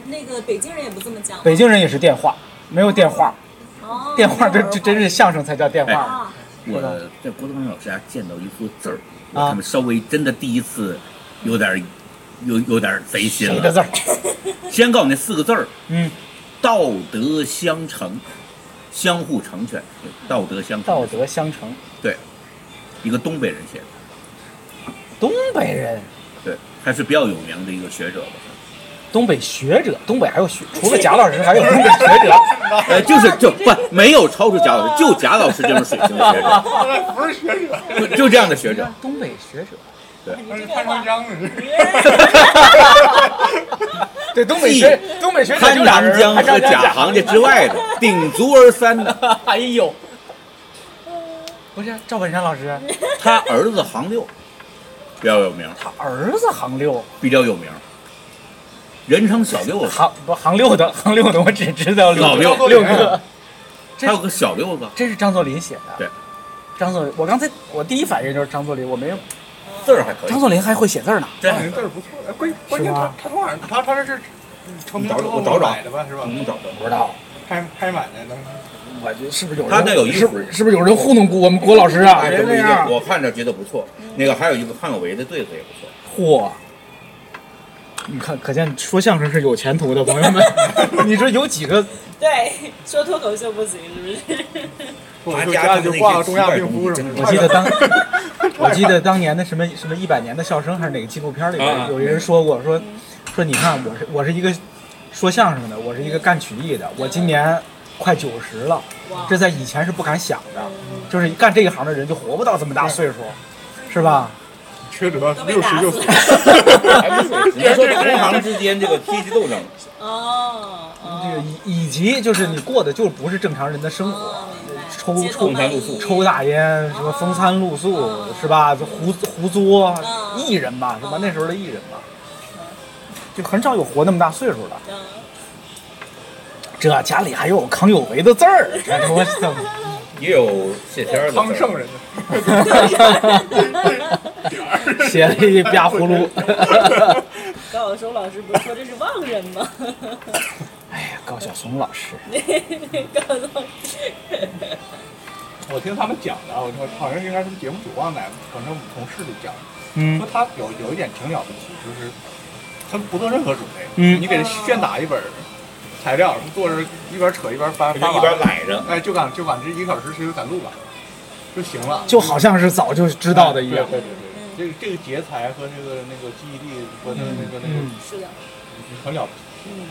S7: 那个北京人也不这么讲。
S5: 北京人也是电话，没有电话，
S7: 哦
S5: 电话这这真是相声才叫电话。
S7: 啊，
S6: 我在郭德纲老师家见到一幅字儿，
S5: 啊
S6: 我他们稍微真的第一次有点儿有有点儿贼心了。
S5: 谁的字儿？
S6: 先告诉你四个字儿，
S5: 嗯，
S6: 道德相成，相互成全，对道德相成，
S5: 道德相成，
S6: 对，一个东北人写的，
S5: 东北人，
S6: 对，还是比较有名的一个学者 吧。
S5: 东北学者，东北还有学，除了贾老师还有东北学者。
S6: 呃，就是就 不没有超出贾老师，就贾老师这种水平的学者，
S14: 不是学者，
S6: 就就这样的 学者。
S5: 东北学者，
S14: 他是潘长江的。
S5: 对东北学东北学者
S6: 潘
S5: 就俩
S6: 长
S5: 人，
S6: 江
S5: 潘
S6: 和
S5: 长
S6: 贾行家 之外的，顶足而三的。
S5: 哎呦，不是赵本山老师，
S6: 他儿子行六比较有名，他
S5: 儿子行六
S6: 比较有名，人称小六子，
S5: 行不行六的行六的，我只知道
S6: 老
S5: 六
S6: 六
S5: 六个，
S6: 还有个小六子，
S5: 这是张作霖写的。
S6: 对，
S5: 张作霖，我刚才我第一反应就是张作霖，我没有
S6: 字儿还可以
S5: 张作霖还会写字儿呢，
S14: 这人字儿不错，哎关关键他他从哪儿？他他这是成名之后买的吧？是吧？
S6: 能找着？
S5: 不知道。
S14: 拍拍买的能。
S5: 我觉得是不是有
S6: 他那有一
S5: 是不是是不是有人糊弄过我们郭老师啊？
S6: 哎
S5: 别
S6: 真不
S5: 这
S6: 一定
S5: 样，
S6: 我看着觉得不错。那个还有一个潘有为的对子也不错。
S5: 嚯！你看，可见说相声是有前途的，朋友们。 你说有几个
S7: 对，说脱口秀不行，是不是？
S5: 我
S14: 我
S5: 就
S14: 就
S5: 家
S14: 家
S5: 就
S14: 就
S5: 挂
S14: 挂
S5: 个
S14: 个
S5: 中
S14: 中
S5: 亚
S14: 亚
S5: 病
S14: 病
S5: 夫
S14: 夫
S5: 什
S14: 什
S5: 么
S14: 么
S5: 的 我记得当我记得当年的什么什么一百年的笑声还是哪个纪录片里边
S14: 啊
S5: 有一人说过，说说你看我是我是一个说相声的，我是一个干曲艺的，我今年快九十了，这在以前是不敢想的，就是干这一行的人就活不到这么大岁数，是吧？
S9: 缺德，六十就死。
S6: 你说同行之间这个阶级斗争，
S7: 哦，
S5: 这个以以及就是你过的就不是正常人的生活，抽抽
S6: 风餐露宿
S5: 抽大烟，什么风餐露宿是吧？胡胡作艺人吧，是吧？那时候的艺人吧，就很少有活那么大岁数的。这家里还有康有为的字儿，这我怎么？
S6: 也有谢天儿的
S9: 康圣人，
S5: 写了一吧葫芦。
S7: 高晓松老师不是说这是妄人吗？
S5: 哎高晓松老师，
S7: 高晓松，
S9: 我听他们讲的，我说好像应该是节目组忘来，反正我们同事里讲的，
S5: 嗯
S9: 说他有有一点挺了不起，就是他不做任何准备，
S5: 嗯
S9: 你给他炫打一本材料，坐着一边扯一边翻，
S6: 他就
S9: 翻完
S6: 一边赖着
S9: 哎，就赶就赶这一个小时，其实赶录完就行了，
S5: 就好像是早就知道的一样
S9: 哎对对对对，这个这个节才和这个那个记忆力和那个那个那个
S5: 嗯
S7: 是的，
S9: 很了不起。
S7: 嗯，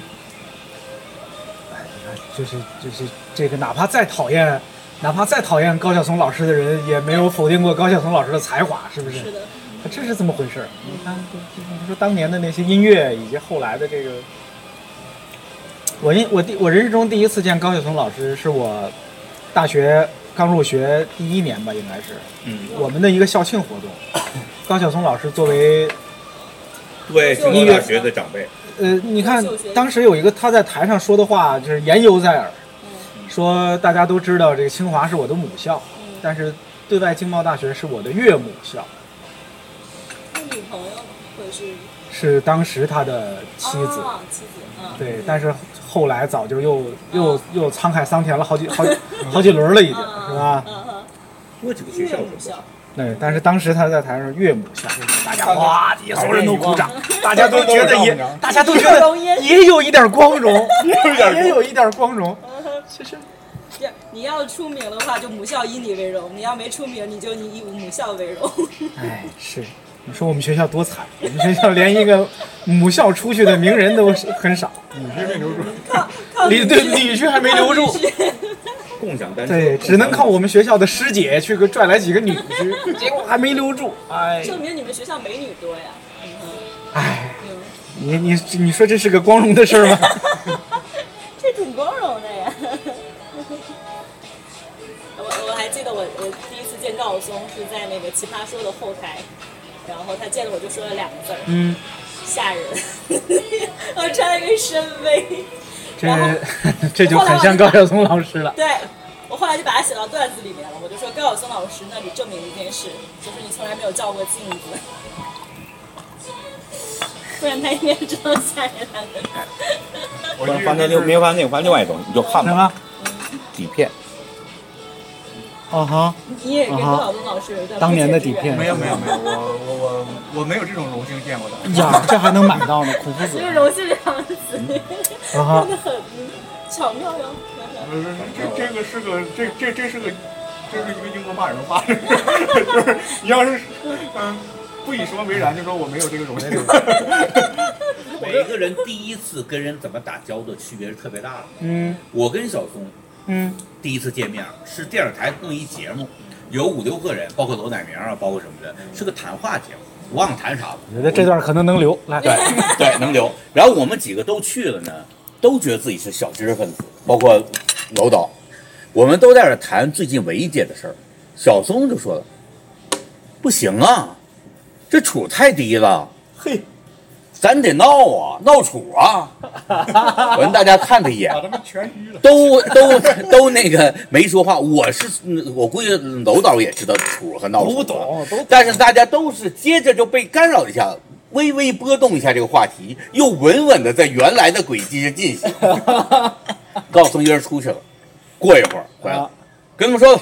S5: 就是就是这个，哪怕再讨厌，哪怕再讨厌高晓松老师的人，也没有否定过高晓松老师的才华，是不是？
S7: 是的，
S5: 这是这么回事儿。你看，你说当年的那些音乐，以及后来的这个，我印我第我人生中第一次见高晓松老师，是我大学刚入学第一年吧，应该是
S6: 嗯
S5: 我们的一个校庆活动。高晓松老师作为
S6: 对清华大学的长辈，
S5: 呃，你看当时有一个他在台上说的话，就是言犹在耳，嗯说大家都知道这个清华是我的母校，但是对外经贸大学是我的岳母校，
S7: 那女朋友会是
S5: 是当时他的妻子。
S7: 哦妻子，嗯，
S5: 对，但是后来早就又又又沧海桑田了好几好 几好几轮了，已经是吧？
S6: 多几个学校
S7: 是吧？
S5: 对，但是当时他在台上岳母像，大家哇，底下所有人都鼓掌，大家都
S9: 都
S5: 觉得
S9: 都
S5: 也
S9: 都都，
S5: 大家都觉得也有一点光荣， 也有一点光荣。
S7: 其实。这你要出名的话，就母校以你为荣；你要没出名，你就你以母校为荣。
S5: 哎，是，你说我们学校多惨， 我们学校连一个母校出去的名人都是很少，
S9: 女婿没留住，
S5: 李对女婿还没留 住，
S9: 哎
S6: 共享单车，
S5: 对，只能靠我们学校的师姐去给拽来几个女婿，结果还没留住，哎。
S7: 证明你们学校美女多呀。嗯
S5: 你你你说这是个光荣的事儿吗？
S7: 这挺光荣的呀。我我还记得我我第一次见高晓松是在那个《奇葩说》的后台，然后他见了我就说了两个字儿，
S5: 嗯，
S7: 吓人。 我穿了一个深 V，
S5: 这 这就很像高晓松老师了。
S7: 对我后来就把它写到段子里面了。我就说高晓松老师那里证明一件事，就是你从来没有照过镜子，不然他应该知道吓人两个字。
S6: 翻翻那另没翻那个翻另外一种，你就看吧，
S5: 嗯
S6: 底片，
S5: 啊哈，
S7: 你也跟高晓松老师有一段
S5: 当年的
S7: 不解之
S5: 底片
S7: 缘
S9: 没有没有没有，我我我我没有这种荣幸见过他。
S5: 呀，这还能买到呢，孔夫子
S7: 这个荣幸两个字，
S5: 啊哈
S7: 真的很巧妙哟。
S9: 不是呃这这个是个这这这是个这是一个英国骂人的话， 就是你要是嗯不以什么为然，就说我没有这个荣幸。
S6: 每个人第一次跟人怎么打交道，区别是特别大的。
S5: 嗯
S6: 我跟小松
S5: 嗯
S6: 第一次见面是电视台弄一节目，有五六个人，包括罗乃明啊，包括什么的，是个谈话节目，我忘了谈啥了。
S5: 我觉得这段可能能留，来，
S6: 对对，能留。然后我们几个都去了呢，都觉得自己是小知识分子，包括楼导，我们都在这谈最近文艺界的事儿。小松就说了：“不行啊，这楚太低了，嘿，咱得闹啊，闹楚啊！”我让大家看他一眼
S9: 把，他们全淤了。
S6: 都都都那个没说话。我是嗯我估计楼导也知道楚和闹楚，
S5: 都懂都懂
S6: 但是大家都是接着就被干扰一下，微微波动一下这个话题，又稳稳的在原来的轨迹上进行。高晓松一人出去了，过一会儿回来了，跟他们说了，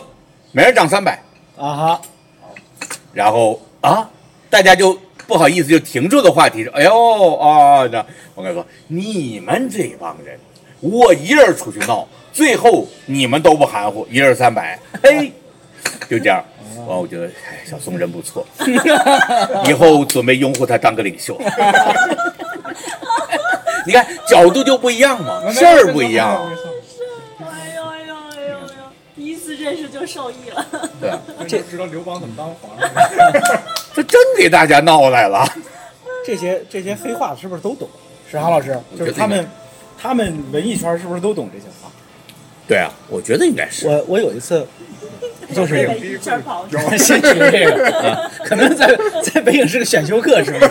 S6: 每人涨三百，
S5: 啊哈，
S6: 然后啊，大家就不好意思就停住的话题说，哎呦啊，那我跟你说，你们这帮人，我一人出去闹，最后你们都不含糊，一人三百， 嘿，就这样。完，我觉得，哎，小松人不错， 以后准备拥护他当个领袖。 你看角度就不一样嘛，事儿不一样。
S7: 哎呦哎呦哎呦哎呦！第一次认识就受益了。
S6: 对，啊
S2: 这知道刘邦怎么当皇上。
S6: 这真给大家闹来了。
S5: 这些这些黑话是不是都懂？史航老师，
S6: 我
S5: 就
S6: 觉得
S5: 是他
S6: 应
S5: 们
S6: 该，
S5: 他们文艺圈是不是都懂这些话？
S6: 对啊，我觉得应该是。
S5: 我我有一 次，就是有
S7: 一圈跑出
S5: 先学这
S6: 啊
S5: 个， 可能在在北影是个选修课是 吧？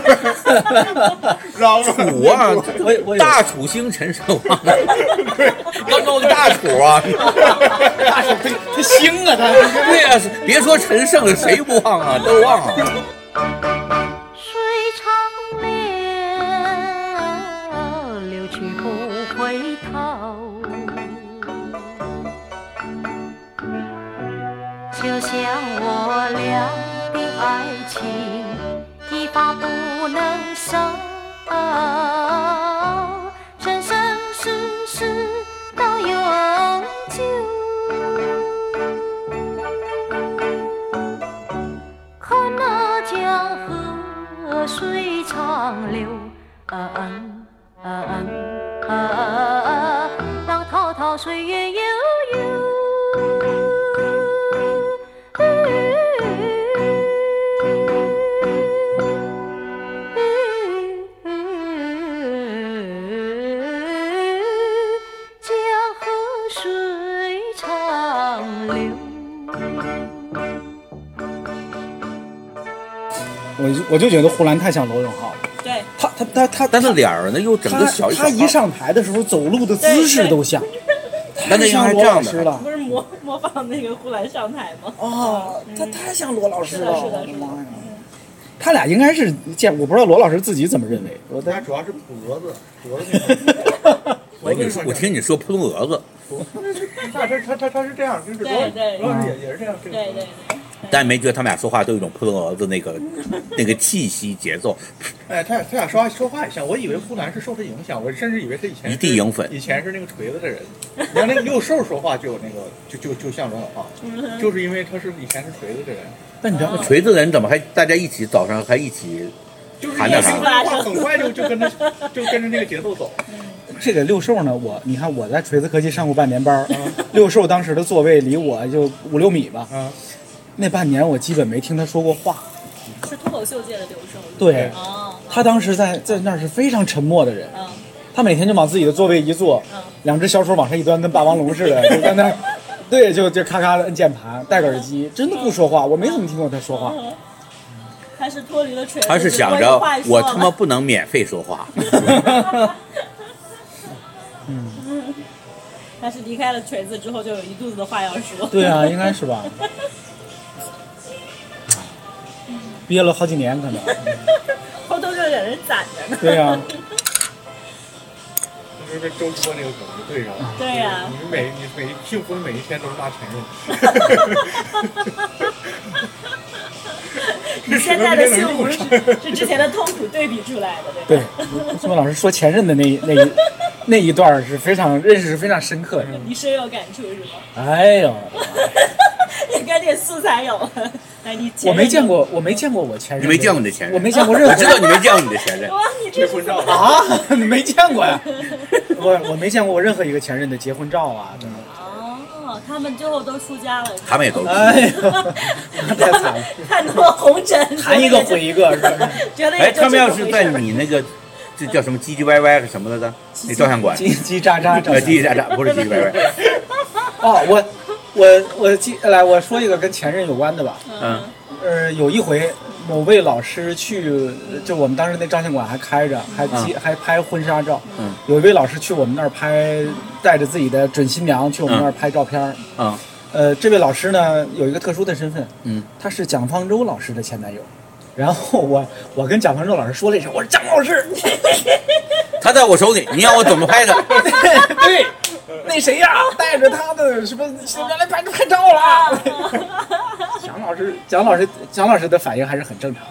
S6: 楚啊，
S5: 我我
S6: 大楚星辰是吧？刚高的大楚啊，
S5: 大楚他星啊他，
S6: 对啊，别说陈胜了，谁不忘啊？都忘了。
S15: 水长流，流去不回头。就像我俩的爱情，一发不能收。生生世世到永久。看那江河水长流，啊啊啊啊！浪滔滔，岁月悠悠。江河水长流。
S5: 我就我就觉得呼兰太像罗永浩了。
S7: 对，
S5: 他他他他，
S6: 但是脸儿呢又整个小
S5: 他他一上台的时候走路的姿势都像，
S6: 但那
S5: 太像
S6: 应该是
S5: 罗
S6: 这
S5: 老
S6: 样
S5: 师
S6: 的嗯
S5: 了。
S7: 不是模模仿那个呼兰上台吗？
S5: 哦，他太像罗老
S7: 师
S5: 了
S7: 是的，是的，是的。
S5: 他俩应该是见，我不知道罗老师自己怎么认为。我他
S2: 主要是脖子，脖子
S6: 我跟你说，我听你说扑通蛾子，
S2: 那他他他他是这样，就是
S7: 对对，
S2: 罗老哦师也也是这样，对
S7: 对对，
S6: 但没觉得他们俩说话都有一种扑通蛾子那个那个气息节奏，
S2: 哎，他俩他俩说话说话也像，我以为呼兰是受他影响，我甚至以为他以前
S6: 一地
S2: 是
S6: 影粉
S2: 以前是那个锤子的人。你看那个六兽说话就有那个，就就就像罗小胖，就是因为他是以前是锤子的人，啊
S5: 但你知
S6: 道锤子的人怎么还大家一起早上还一起
S2: 就是
S6: 谈
S2: 一
S6: 点
S2: 听
S6: 啥？
S2: 他的话很快就就跟着就跟着那个节奏走。
S5: 这个六兽呢，我你看我在锤子科技上过半年班儿，
S2: 啊
S5: 六兽当时的座位离我就五六米吧，那半年我基本没听他说过话。
S7: 是脱口秀界的流兽。
S5: 对
S7: 哦，
S5: 他当时在在那儿是非常沉默的人，
S7: 嗯
S5: 他每天就往自己的座位一坐，两只小手往上一端，跟霸王龙似 的，就在那儿，对，就就咔咔的摁键盘，戴个耳机，真的不说话，我没怎么听过他说话。
S7: 嗯，他是脱离了锤子，
S6: 他是想
S7: 只不
S6: 着
S7: 过一句
S6: 我
S7: 话
S6: 他妈不能免费 说话，
S7: 嗯，他是离开了锤子之后就有一肚子的话要说。
S5: 对啊，应该是吧？憋了好几年可能。
S7: 偷偷就有人攒着呢。
S5: 对啊呀
S2: 就是跟周波那个梗就对上了。
S7: 对呀
S2: 你每你每幸福每一天都是骂陈勇。
S7: 你现在的幸福是是之前的痛苦对比出来的，对
S5: 对
S7: 吧？，
S5: 宋文老师说前任的那一那一那一段儿是非常认识是非常深刻的。
S6: 嗯
S7: 你深有感触是吗？
S5: 哎呦，
S7: 你赶紧素材有了， 来你前
S5: 我没见
S7: 过。
S5: 过，我没见过我前任。
S6: 你没见过你的前任，
S5: 我没见过任何
S6: 我知道你没见过你的前 任，
S7: 哇，你这是怎么
S5: 啊？ 你没见过呀？ 我我没见过我任何一个前任的结婚照啊！真的
S7: 哦，他们最后都出家 了。
S6: 他们也都
S5: 哎呦，太 惨 了！
S7: 看多红 尘，
S6: 谈一个毁 一个是吧
S7: 觉得
S6: 哎，
S7: 也就
S6: 他们要
S7: 这么
S6: 是
S7: 回
S6: 在
S7: 事儿
S6: 你那个，这叫什么唧唧歪歪是什么来着？那照相馆，
S5: 叽叽喳喳照相
S6: 呃，叽叽喳喳不是唧唧歪歪，
S5: 哦，我我我记来，我说一个跟前任有关的吧。
S6: 嗯，
S5: 呃，有一回某位老师去，就我们当时那照相馆还开着，还接、
S6: 嗯
S5: 还拍婚纱照。
S6: 嗯
S5: 有一位老师去我们那儿拍，带着自己的准新娘去我们那儿拍照片儿。
S6: 啊，
S5: 呃，这位老师呢有一个特殊的身份，
S6: 嗯，
S5: 他是蒋方舟老师的前男友。然后我我跟蒋方舟老师说了一声，我说蒋老 师，
S6: 他在我手里，你让我怎么拍他？
S5: 对，那谁呀、带着他的什么原来拍拍照 了。蒋老师，蒋老师，蒋老师的反应还是很正常。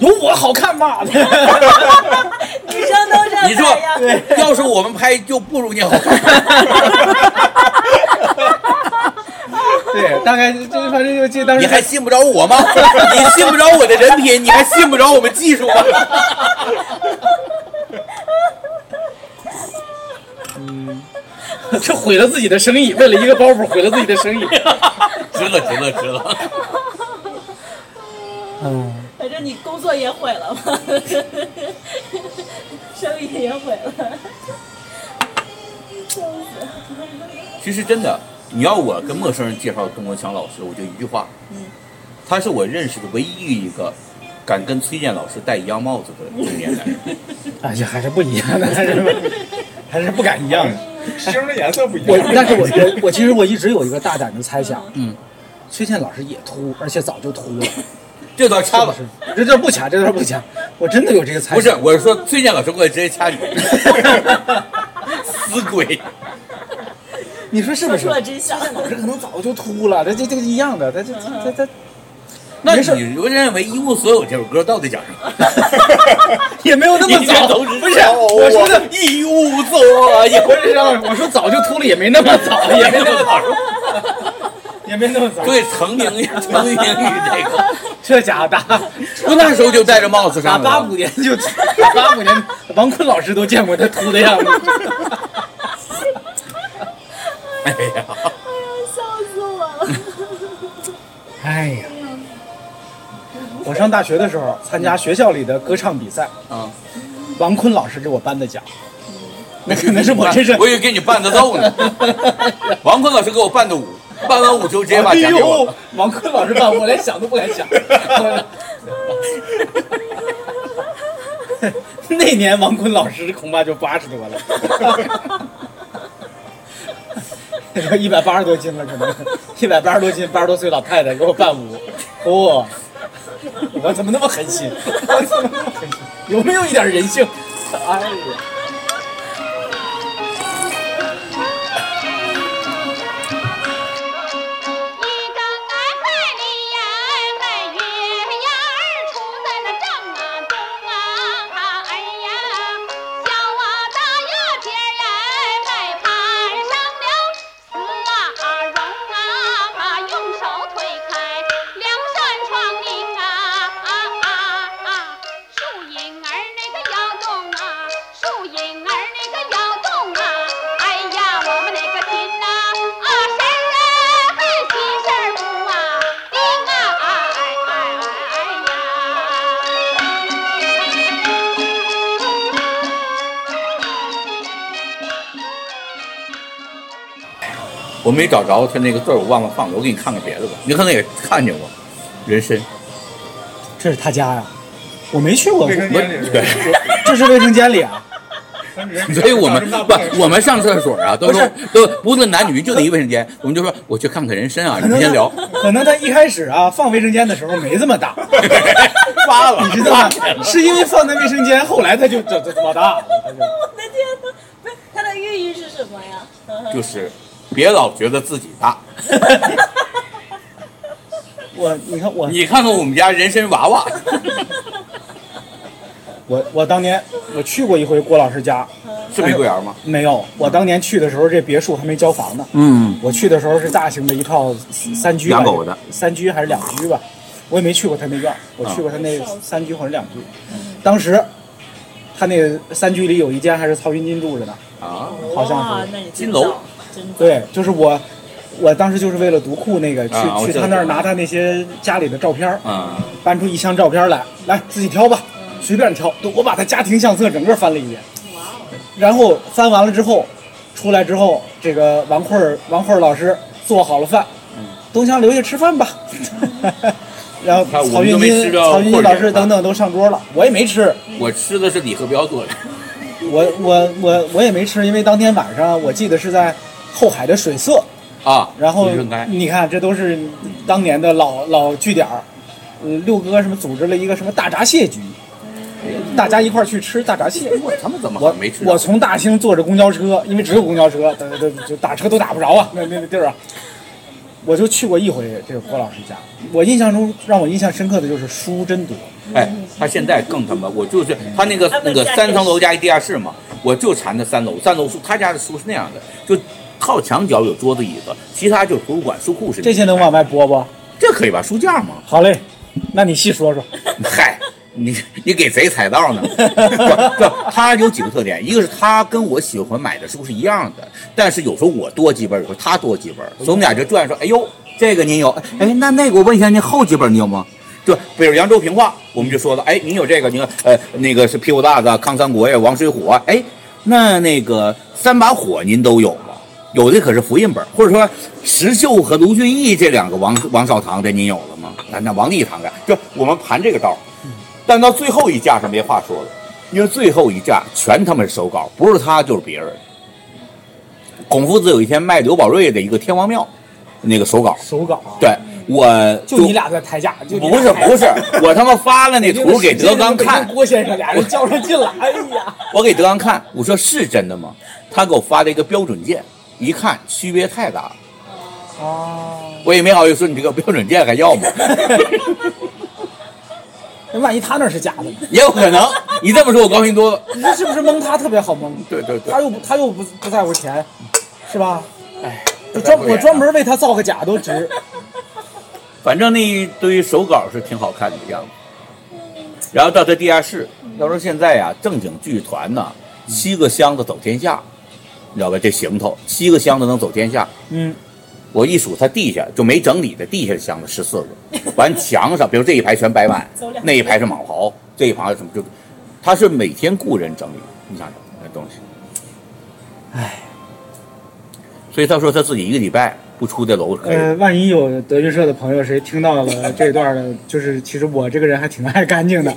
S5: 有我好看吗？
S7: 女生都这 样
S6: 你说
S5: 哎
S7: 呀，
S6: 对要是我们拍就不如你好看，
S5: 对，大概就就反正就记当时
S6: 你还信不着我吗？ 你信不着 我的人品，你还信不着我们技术吗？
S5: 就毁了自己的生意，为了一个包袱毁了自己的生 意，
S6: 值了，值了，值了。
S16: 嗯，
S7: 反正你工作也毁了嘛， 生意也毁了，笑死！
S6: 其实真的，你要我跟陌生人介绍邓国强老师，我就一句话，
S7: 嗯，
S6: 他是我认识的唯一一个敢跟崔健老师戴一样帽子的中年男人。
S5: 哎呀，还是不一样的，还是还是不敢一 样的。
S17: 星的颜色不一
S5: 我
S17: 样。
S5: 但是我我我其实我一直有一个大胆的猜想，
S6: 嗯，
S5: 崔健老师也秃，而且早就秃了。
S6: 这段掐吧，
S5: 这段不掐，这段不掐，我真的有这个猜想。
S6: 不是，我是说崔健老师过来直接掐你，死鬼！
S5: 你说是不是？
S7: 说出了真相
S5: 崔健老师可能早就秃了，这这这个一样的，他
S7: 嗯
S5: 这他他
S6: 那你如认为《一无所有》这首歌到底讲什么？
S5: 也没有那么早，
S6: 你
S5: 不是
S6: 早
S5: 我说的
S6: 一无所有
S5: 不是我说早就秃了，也没那么早，也没那么早，也没那么早。
S6: 对，成名于成名于这个，
S5: 这家伙大，
S6: 我那时候就戴着帽子上的
S5: 八五年 就八五年，王坤老师都见过他秃的样子。
S6: 哎呀，
S7: 哎呀，笑死我了！
S5: 哎呀，我上大学的时候参加学校里的歌唱比赛，
S6: 啊，
S5: 王坤老师给我颁的奖，那可能是 我这是
S6: 我以为给你伴个奏 呢。王坤老师给我伴的舞，伴完舞之后直接把奖给我
S5: 哎呦。王坤老师 办，我连想都不敢想。 那年王坤老师恐怕就八十多了， 一百八十多斤了，可能一百八十多斤，八十多岁老太太给我伴舞，哦，我怎么那么狠心？ 我怎么那么狠心？有没有一点人性？哎呀！
S15: 啊哎啊啊啊啊哎啊啊哎
S6: 我没找着他那个字儿，我忘了放了，我给你看看别的吧。你可能也看见过，人参。
S5: 这是他家呀，我没去过。
S6: 卫生间里
S5: 对，这是卫生间里啊。
S6: 所以我们不，我们上厕所啊，都说都无论男女就得一卫生间，我们就说我去看看人参啊，你们先 聊。
S5: 可能他一开始啊放卫生间的时候没这么大，发了，你知道吗？是因为放在卫生间，后来他就这这老大了，他就
S7: 我的天哪，不是它的寓意是什么呀？
S6: 就是别老觉得自己大。
S5: 我你看我
S6: 你看看我们家人参娃娃，
S5: 我我当年我去过一回郭老师家，
S6: 是玫瑰园吗？
S5: 没有，我当年去的时候这别墅还没交房呢。
S6: 嗯，
S5: 我去的时候是大型的一套三居吧，
S6: 养狗的
S5: 三居还是两居吧，我也没去过他那院儿，我去过他
S6: 啊
S5: 那三居或者两居。当时他那三居里有一间还是曹云金住着呢，
S6: 啊，
S5: 好像
S7: 哇
S5: 是，
S7: 那你真
S5: 金楼
S7: 早，真早
S5: 对，就是我，我当时就是为了读库那个去、
S6: 啊我
S5: 去
S6: 知道
S5: 他那儿拿他那些家里的照片儿，
S6: 啊，
S5: 搬出一箱照片来，来自己挑吧，
S9: 嗯
S5: 随便挑。都我把他家庭相册整个翻了一遍，
S9: 哦
S5: 然后翻完了之后，出来之后，这个王慧儿王慧儿老师做好了饭，
S9: 嗯
S5: 东强留下吃 饭吧。然后
S6: 看我们
S5: 曹
S6: 都
S5: 云
S6: 没吃
S5: 金、
S6: 着
S9: 哦
S5: 曹云
S6: 慧
S5: 金
S6: 儿
S5: 老
S6: 的
S5: 师
S6: 饭
S9: 啊
S5: 等等都上桌了，我也没吃，
S6: 我吃的是李和彪做的，
S5: 我我我我也没吃，因为当天晚上我记得是在后海的水色，
S6: 啊，
S5: 然后
S6: 你认该
S5: 你看，这都是当年的老老据点儿。呃，六哥什么组织了一个什么大闸蟹局，大家一块儿去吃大闸蟹。 我
S6: 他们怎么
S5: 我
S6: 没吃
S5: 我从大兴坐着公交车，因为只有公交车， 等等就打车都打不着啊，那那那地儿啊。我就去过一回这个郭老师家，我印象中让我印象深刻的就是书真多。
S6: 哎，他现在更他妈，我就是他那个那个三层楼加一地下室嘛，我就缠着三楼，三楼书他家的书是那样的，就靠墙角有桌子椅子，其他就是图书馆书库是那
S5: 这些能往外播不？
S6: 这可以吧？书架嘛。
S5: 好嘞，那你细说说。
S6: 嗨，你你给谁踩到呢？不不，他有几个特点，一个是他跟我喜欢买的书是一样的，但是有时候我多几本，有时候他多几本，所以我们俩就转说，哎呦，这个您有，哎，那那个我问一下，您后几本你有吗？对，比如扬州评话，我们就说了，哎，您有这个，您有呃那个是屁股大子啊、康三国呀、王水浒啊，哎，那那个三把火您都有吗？有的可是复印本，或者说石秀和卢俊义这两个王王少堂的您有了吗？那那王立堂的，就我们盘这个道儿，
S9: 嗯
S6: 但到最后一架是没话说了，因为最后一架全他妈是手稿，不是他就是别人。孔夫子有一天卖刘宝瑞的一个天王庙，那个手稿，
S9: 手稿，
S5: 啊
S6: 对我
S9: 就你俩在抬价，就你
S6: 不
S9: 俩
S6: 是
S9: 抬价
S6: 不是，我他妈发了那图给德刚
S9: 这个
S6: 看
S9: 北京，郭先生俩人较上劲了，哎呀，
S6: 我给德刚看，我说是真的吗？他给我发了一个标准件，一看区别太大了。哦，我也没好意思说你这个标准件还要吗？
S9: 那万一他那是假的呢？
S6: 也有可能，你这么说我高兴多了。
S9: 你这是不是蒙他特别好蒙？
S6: 对对对
S9: 他，又不他又不不在乎钱，是吧？
S6: 哎，
S9: 就专我专门为他造个假都值。
S6: 反正那一堆手稿是挺好看的样子。然后到他地下室，要说现在呀，正经剧团呢，七个箱子走天下，你知道吧？这行头，七个箱子能走天下。
S9: 嗯，
S6: 我一数，他地下就没整理的地下箱子十四个，完墙上，比 如这一排全白板
S9: 走，两
S6: 那一排是蟒袍，这一排是什么就，他是每天雇人整理，你想想那东西，唉，所以他说他自己一个礼拜不出这楼是 哎可以的。
S18: 呃，
S9: 万一有德云社的朋友谁听到了这段的，就是其实我这个人还挺爱干净的，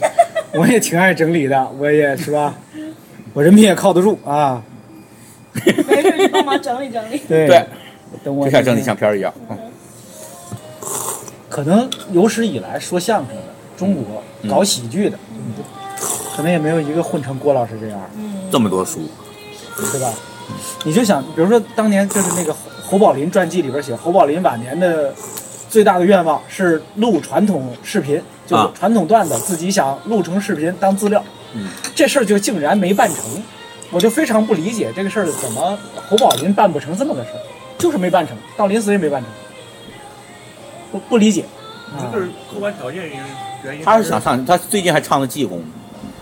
S9: 我也挺爱整理的，我也是吧，我人品也靠得住啊。
S19: 没
S7: 呃
S19: 事，你帮忙整理整理。
S9: 对
S6: 对，
S9: 等我
S6: 就像整理相片一样。嗯
S9: 可能有史以来说相声的中国
S6: 嗯
S9: 搞喜剧的，可能也没有一个混成郭老师这样，
S6: 这么多书，
S9: 对吧？你就想，比如说当年就是那个侯侯宝林传记里边写，侯宝林晚年的最大的愿望是录传统视频，就是
S6: 啊
S9: 传统段子，自己想录成视频当资料，
S6: 嗯，
S9: 这事儿就竟然没办成，我就非常不理解这个事儿怎么侯宝林办不成这么个事儿，就是没办成，到临死也没办成，不不理解。啊
S20: 这是客观条件原因。
S6: 他是想上，他最近还唱了济公，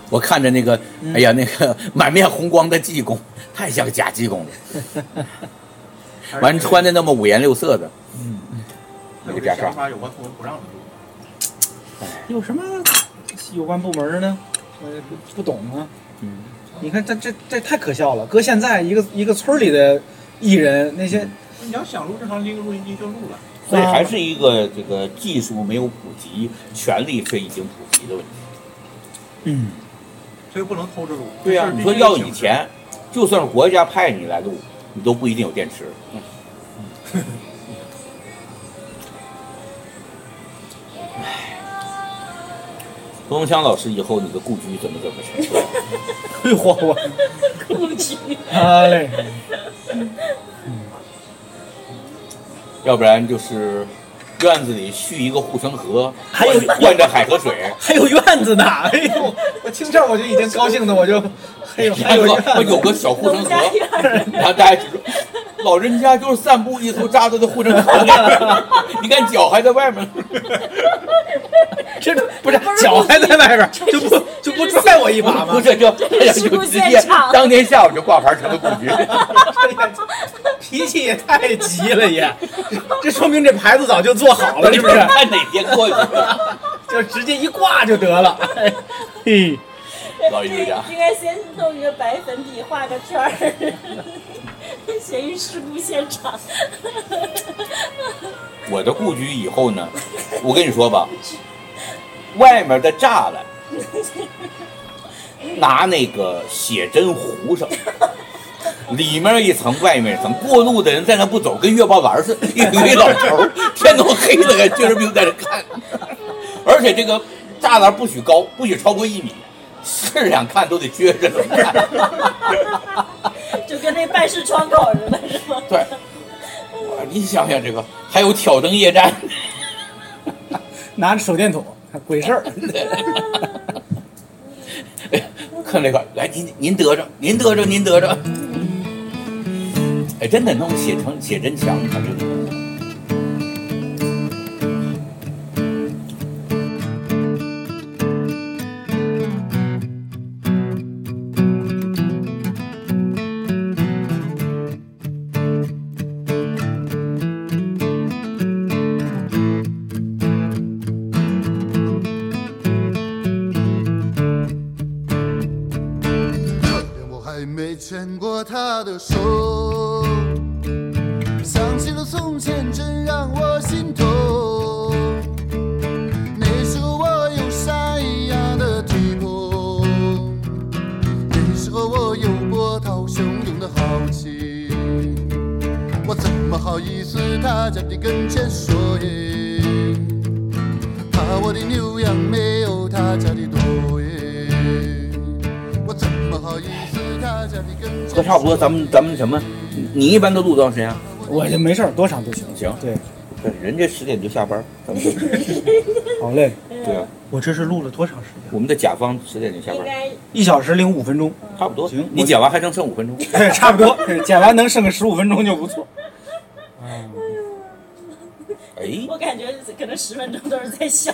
S6: 我看着那个，哎呀，那个 满面红光的济公，太像假济公了，完穿的那么五颜六色的，
S20: 那
S6: 个
S20: 个
S6: 假
S20: 假
S6: 发
S20: 想法有关部门不让你
S9: 有什么有关部门儿呢？我也不不懂啊。
S6: 嗯，
S9: 你看这这这太可笑了。搁现在一个一个村儿里的艺人，那
S6: 嗯
S9: 些
S20: 录，你要想录正常拎个录音机就录了。
S6: 所以还是一个这个技术没有普及，权力却已经普及的问题。
S9: 嗯，
S20: 所以不能偷着录。
S6: 对呀、
S20: 这是
S6: 你
S20: 必
S6: 说
S20: 须
S6: 要
S20: 的
S6: 以前，就算是国家派你来录，你都不一定有电池。嗯冯永强老师以后你的故居怎么怎么去？
S9: 退火我
S7: 故居。
S9: 啊嘞，
S6: 要不然就是院子里蓄一个护城河，
S9: 还有
S6: 灌灌着海河水。
S9: 还有院 子呢。哎呦，我听这儿我就已经高兴的，我就
S5: 哎
S9: 还有还有院
S6: 我
S9: 子
S6: 有个小护城河，然后大家就说，老人家就是散步一头扎到那护城河里边，你看脚还在外面。
S9: 这不是脚还在外边，就不就不拽 我一把吗？
S6: 不是，就哎呀就直接当天下午就挂牌成了 布局。
S9: 哎脾气也太急了也，这说明这牌子早就做 好了，是不是？
S6: 看哪天过去，
S9: 就直接一挂就得了。哎嘿，
S6: 老艺术家
S7: 应该先弄一个白粉笔画个圈儿， 写于事故现场。
S6: 我的故居以后呢，我跟你说吧，外面的栅栏拿那个写真糊上，里面一层，外面一层。过路的人在那不走，跟月报栏似的，一堆老头儿，天都黑了，还撅着屁股在那看。而且这个栅栏不许高，不许超过一米，是想看都得撅着能看。
S7: 就跟那办事窗口似的，是吗？
S6: 对，哇你想想这个，还有挑灯夜战。
S9: 拿着手电筒，鬼 事儿。
S6: 看这块儿，来您您得着，您得着，您得着。哎，真的弄写成写真墙，还真的。
S21: 也没牵过她的手。想起了从前，真让我心痛。你说我有山一样的体魄，你说我有波涛汹涌的豪气，我怎么好意思踏在你跟前说耶？怕我的牛羊没有他家的多耶，我怎么好意思踏在你跟前
S6: 喝差不多，咱们咱们什么？你你一般都录多长时间？
S9: 我就没事儿，多长都行。
S6: 行，
S9: 对，
S6: 对，人家十点就下班，咱们就
S9: 好嘞。
S6: 对啊，
S9: 我这是录了多长时
S6: 我们的甲方十点就下班，
S9: 一小时零五分钟，
S6: 差不多。行，你剪完还能剩五分钟。
S9: 对，差不多， 剪完能剩个十五分钟就不错。
S6: 哎，
S7: 我感觉可能十分钟都是在笑。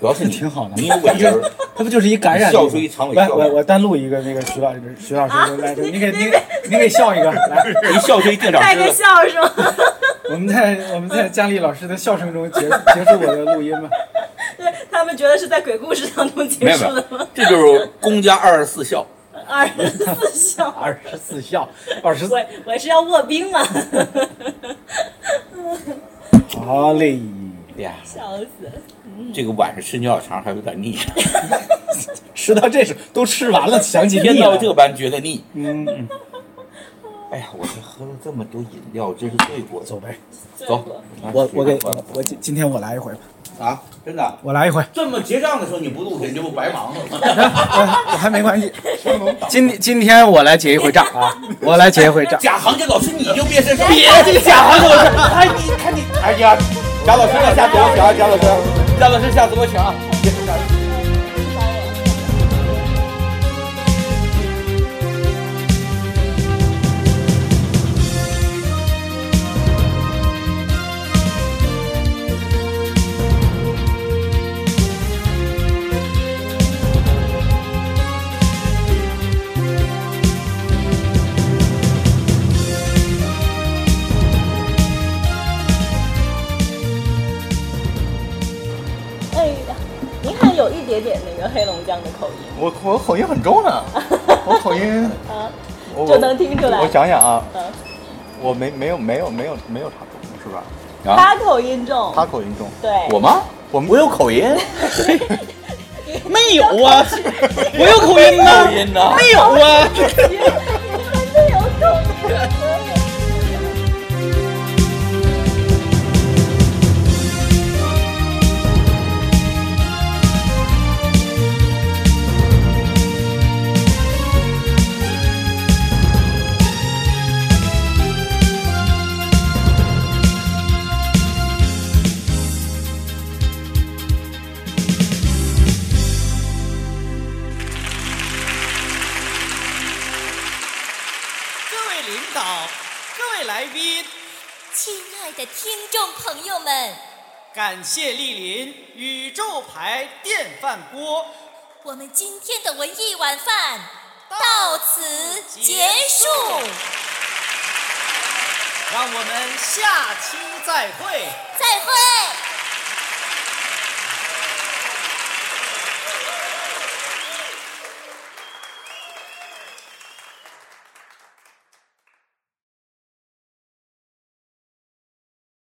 S6: 主要是你
S9: 挺好 的，
S6: 你有尾音儿，
S9: 他不就是一感染
S6: 笑出一长尾
S9: 来，
S6: 笑
S9: 我我单录一个那个徐老师，徐老师
S7: 啊
S9: 来，你给你给你给笑一个，来，
S6: 一笑出一定
S7: 带个笑声，
S9: 我们在我们在佳丽老师的笑声中结结束我的录音吧。
S7: 对他们觉得是在鬼故事当中
S6: 没
S7: 结
S6: 有没
S7: 束的
S6: 有
S7: 吗？，
S6: 这就是公家二十四孝。
S7: 二十四笑，
S9: 二十四孝，二十
S7: 我我是要卧冰吗？
S9: 好嘞，
S6: 呀，
S7: 笑死了。嗯
S6: 这个晚上吃牛小肠还有点腻，
S9: 吃到这时候都吃完了，想起
S6: 天
S9: 腻
S6: 到
S9: 了。
S6: 这般觉得腻。
S9: 嗯，
S6: 哎呀，我这喝了这么多饮料，真是罪过。走
S9: 呗，
S6: 走。
S9: 我我给我我今今天我来一回吧，
S6: 啊，真的，
S9: 我来一回，
S6: 这么结账的时候你不录屏，这不白忙了吗？
S9: 我还没关系。今今天我来结一回账啊，我来结一回账。
S6: 贾行家老师，你就别伸手，
S9: 别这贾行家老师
S6: 哎，你看你，哎呀，贾老师要下次我请啊，贾老师，贾老师下次我请啊。
S7: 哎呀，您还有一点点那个黑龙江的口音
S22: 我我口音很重 呢，我口音
S7: 啊，
S22: 我
S7: 就能听出来。
S22: 我想想啊，
S7: 嗯，
S22: 我没没有没有没有没有差重是吧？啊
S7: 他口音重，
S22: 他口音重，
S7: 对，
S22: 我吗？我我有口音，
S9: 没有啊，我有口音
S22: 吗？
S6: 口音呢？
S9: 没有啊。
S7: 真有重。
S23: 各位领导，各位来宾，
S1: 亲爱的听众朋友们，
S23: 感谢莅临宇宙牌电饭锅。
S1: 我们今天的文艺晚饭到此结束。
S23: 让我们下期再会。
S1: 再会。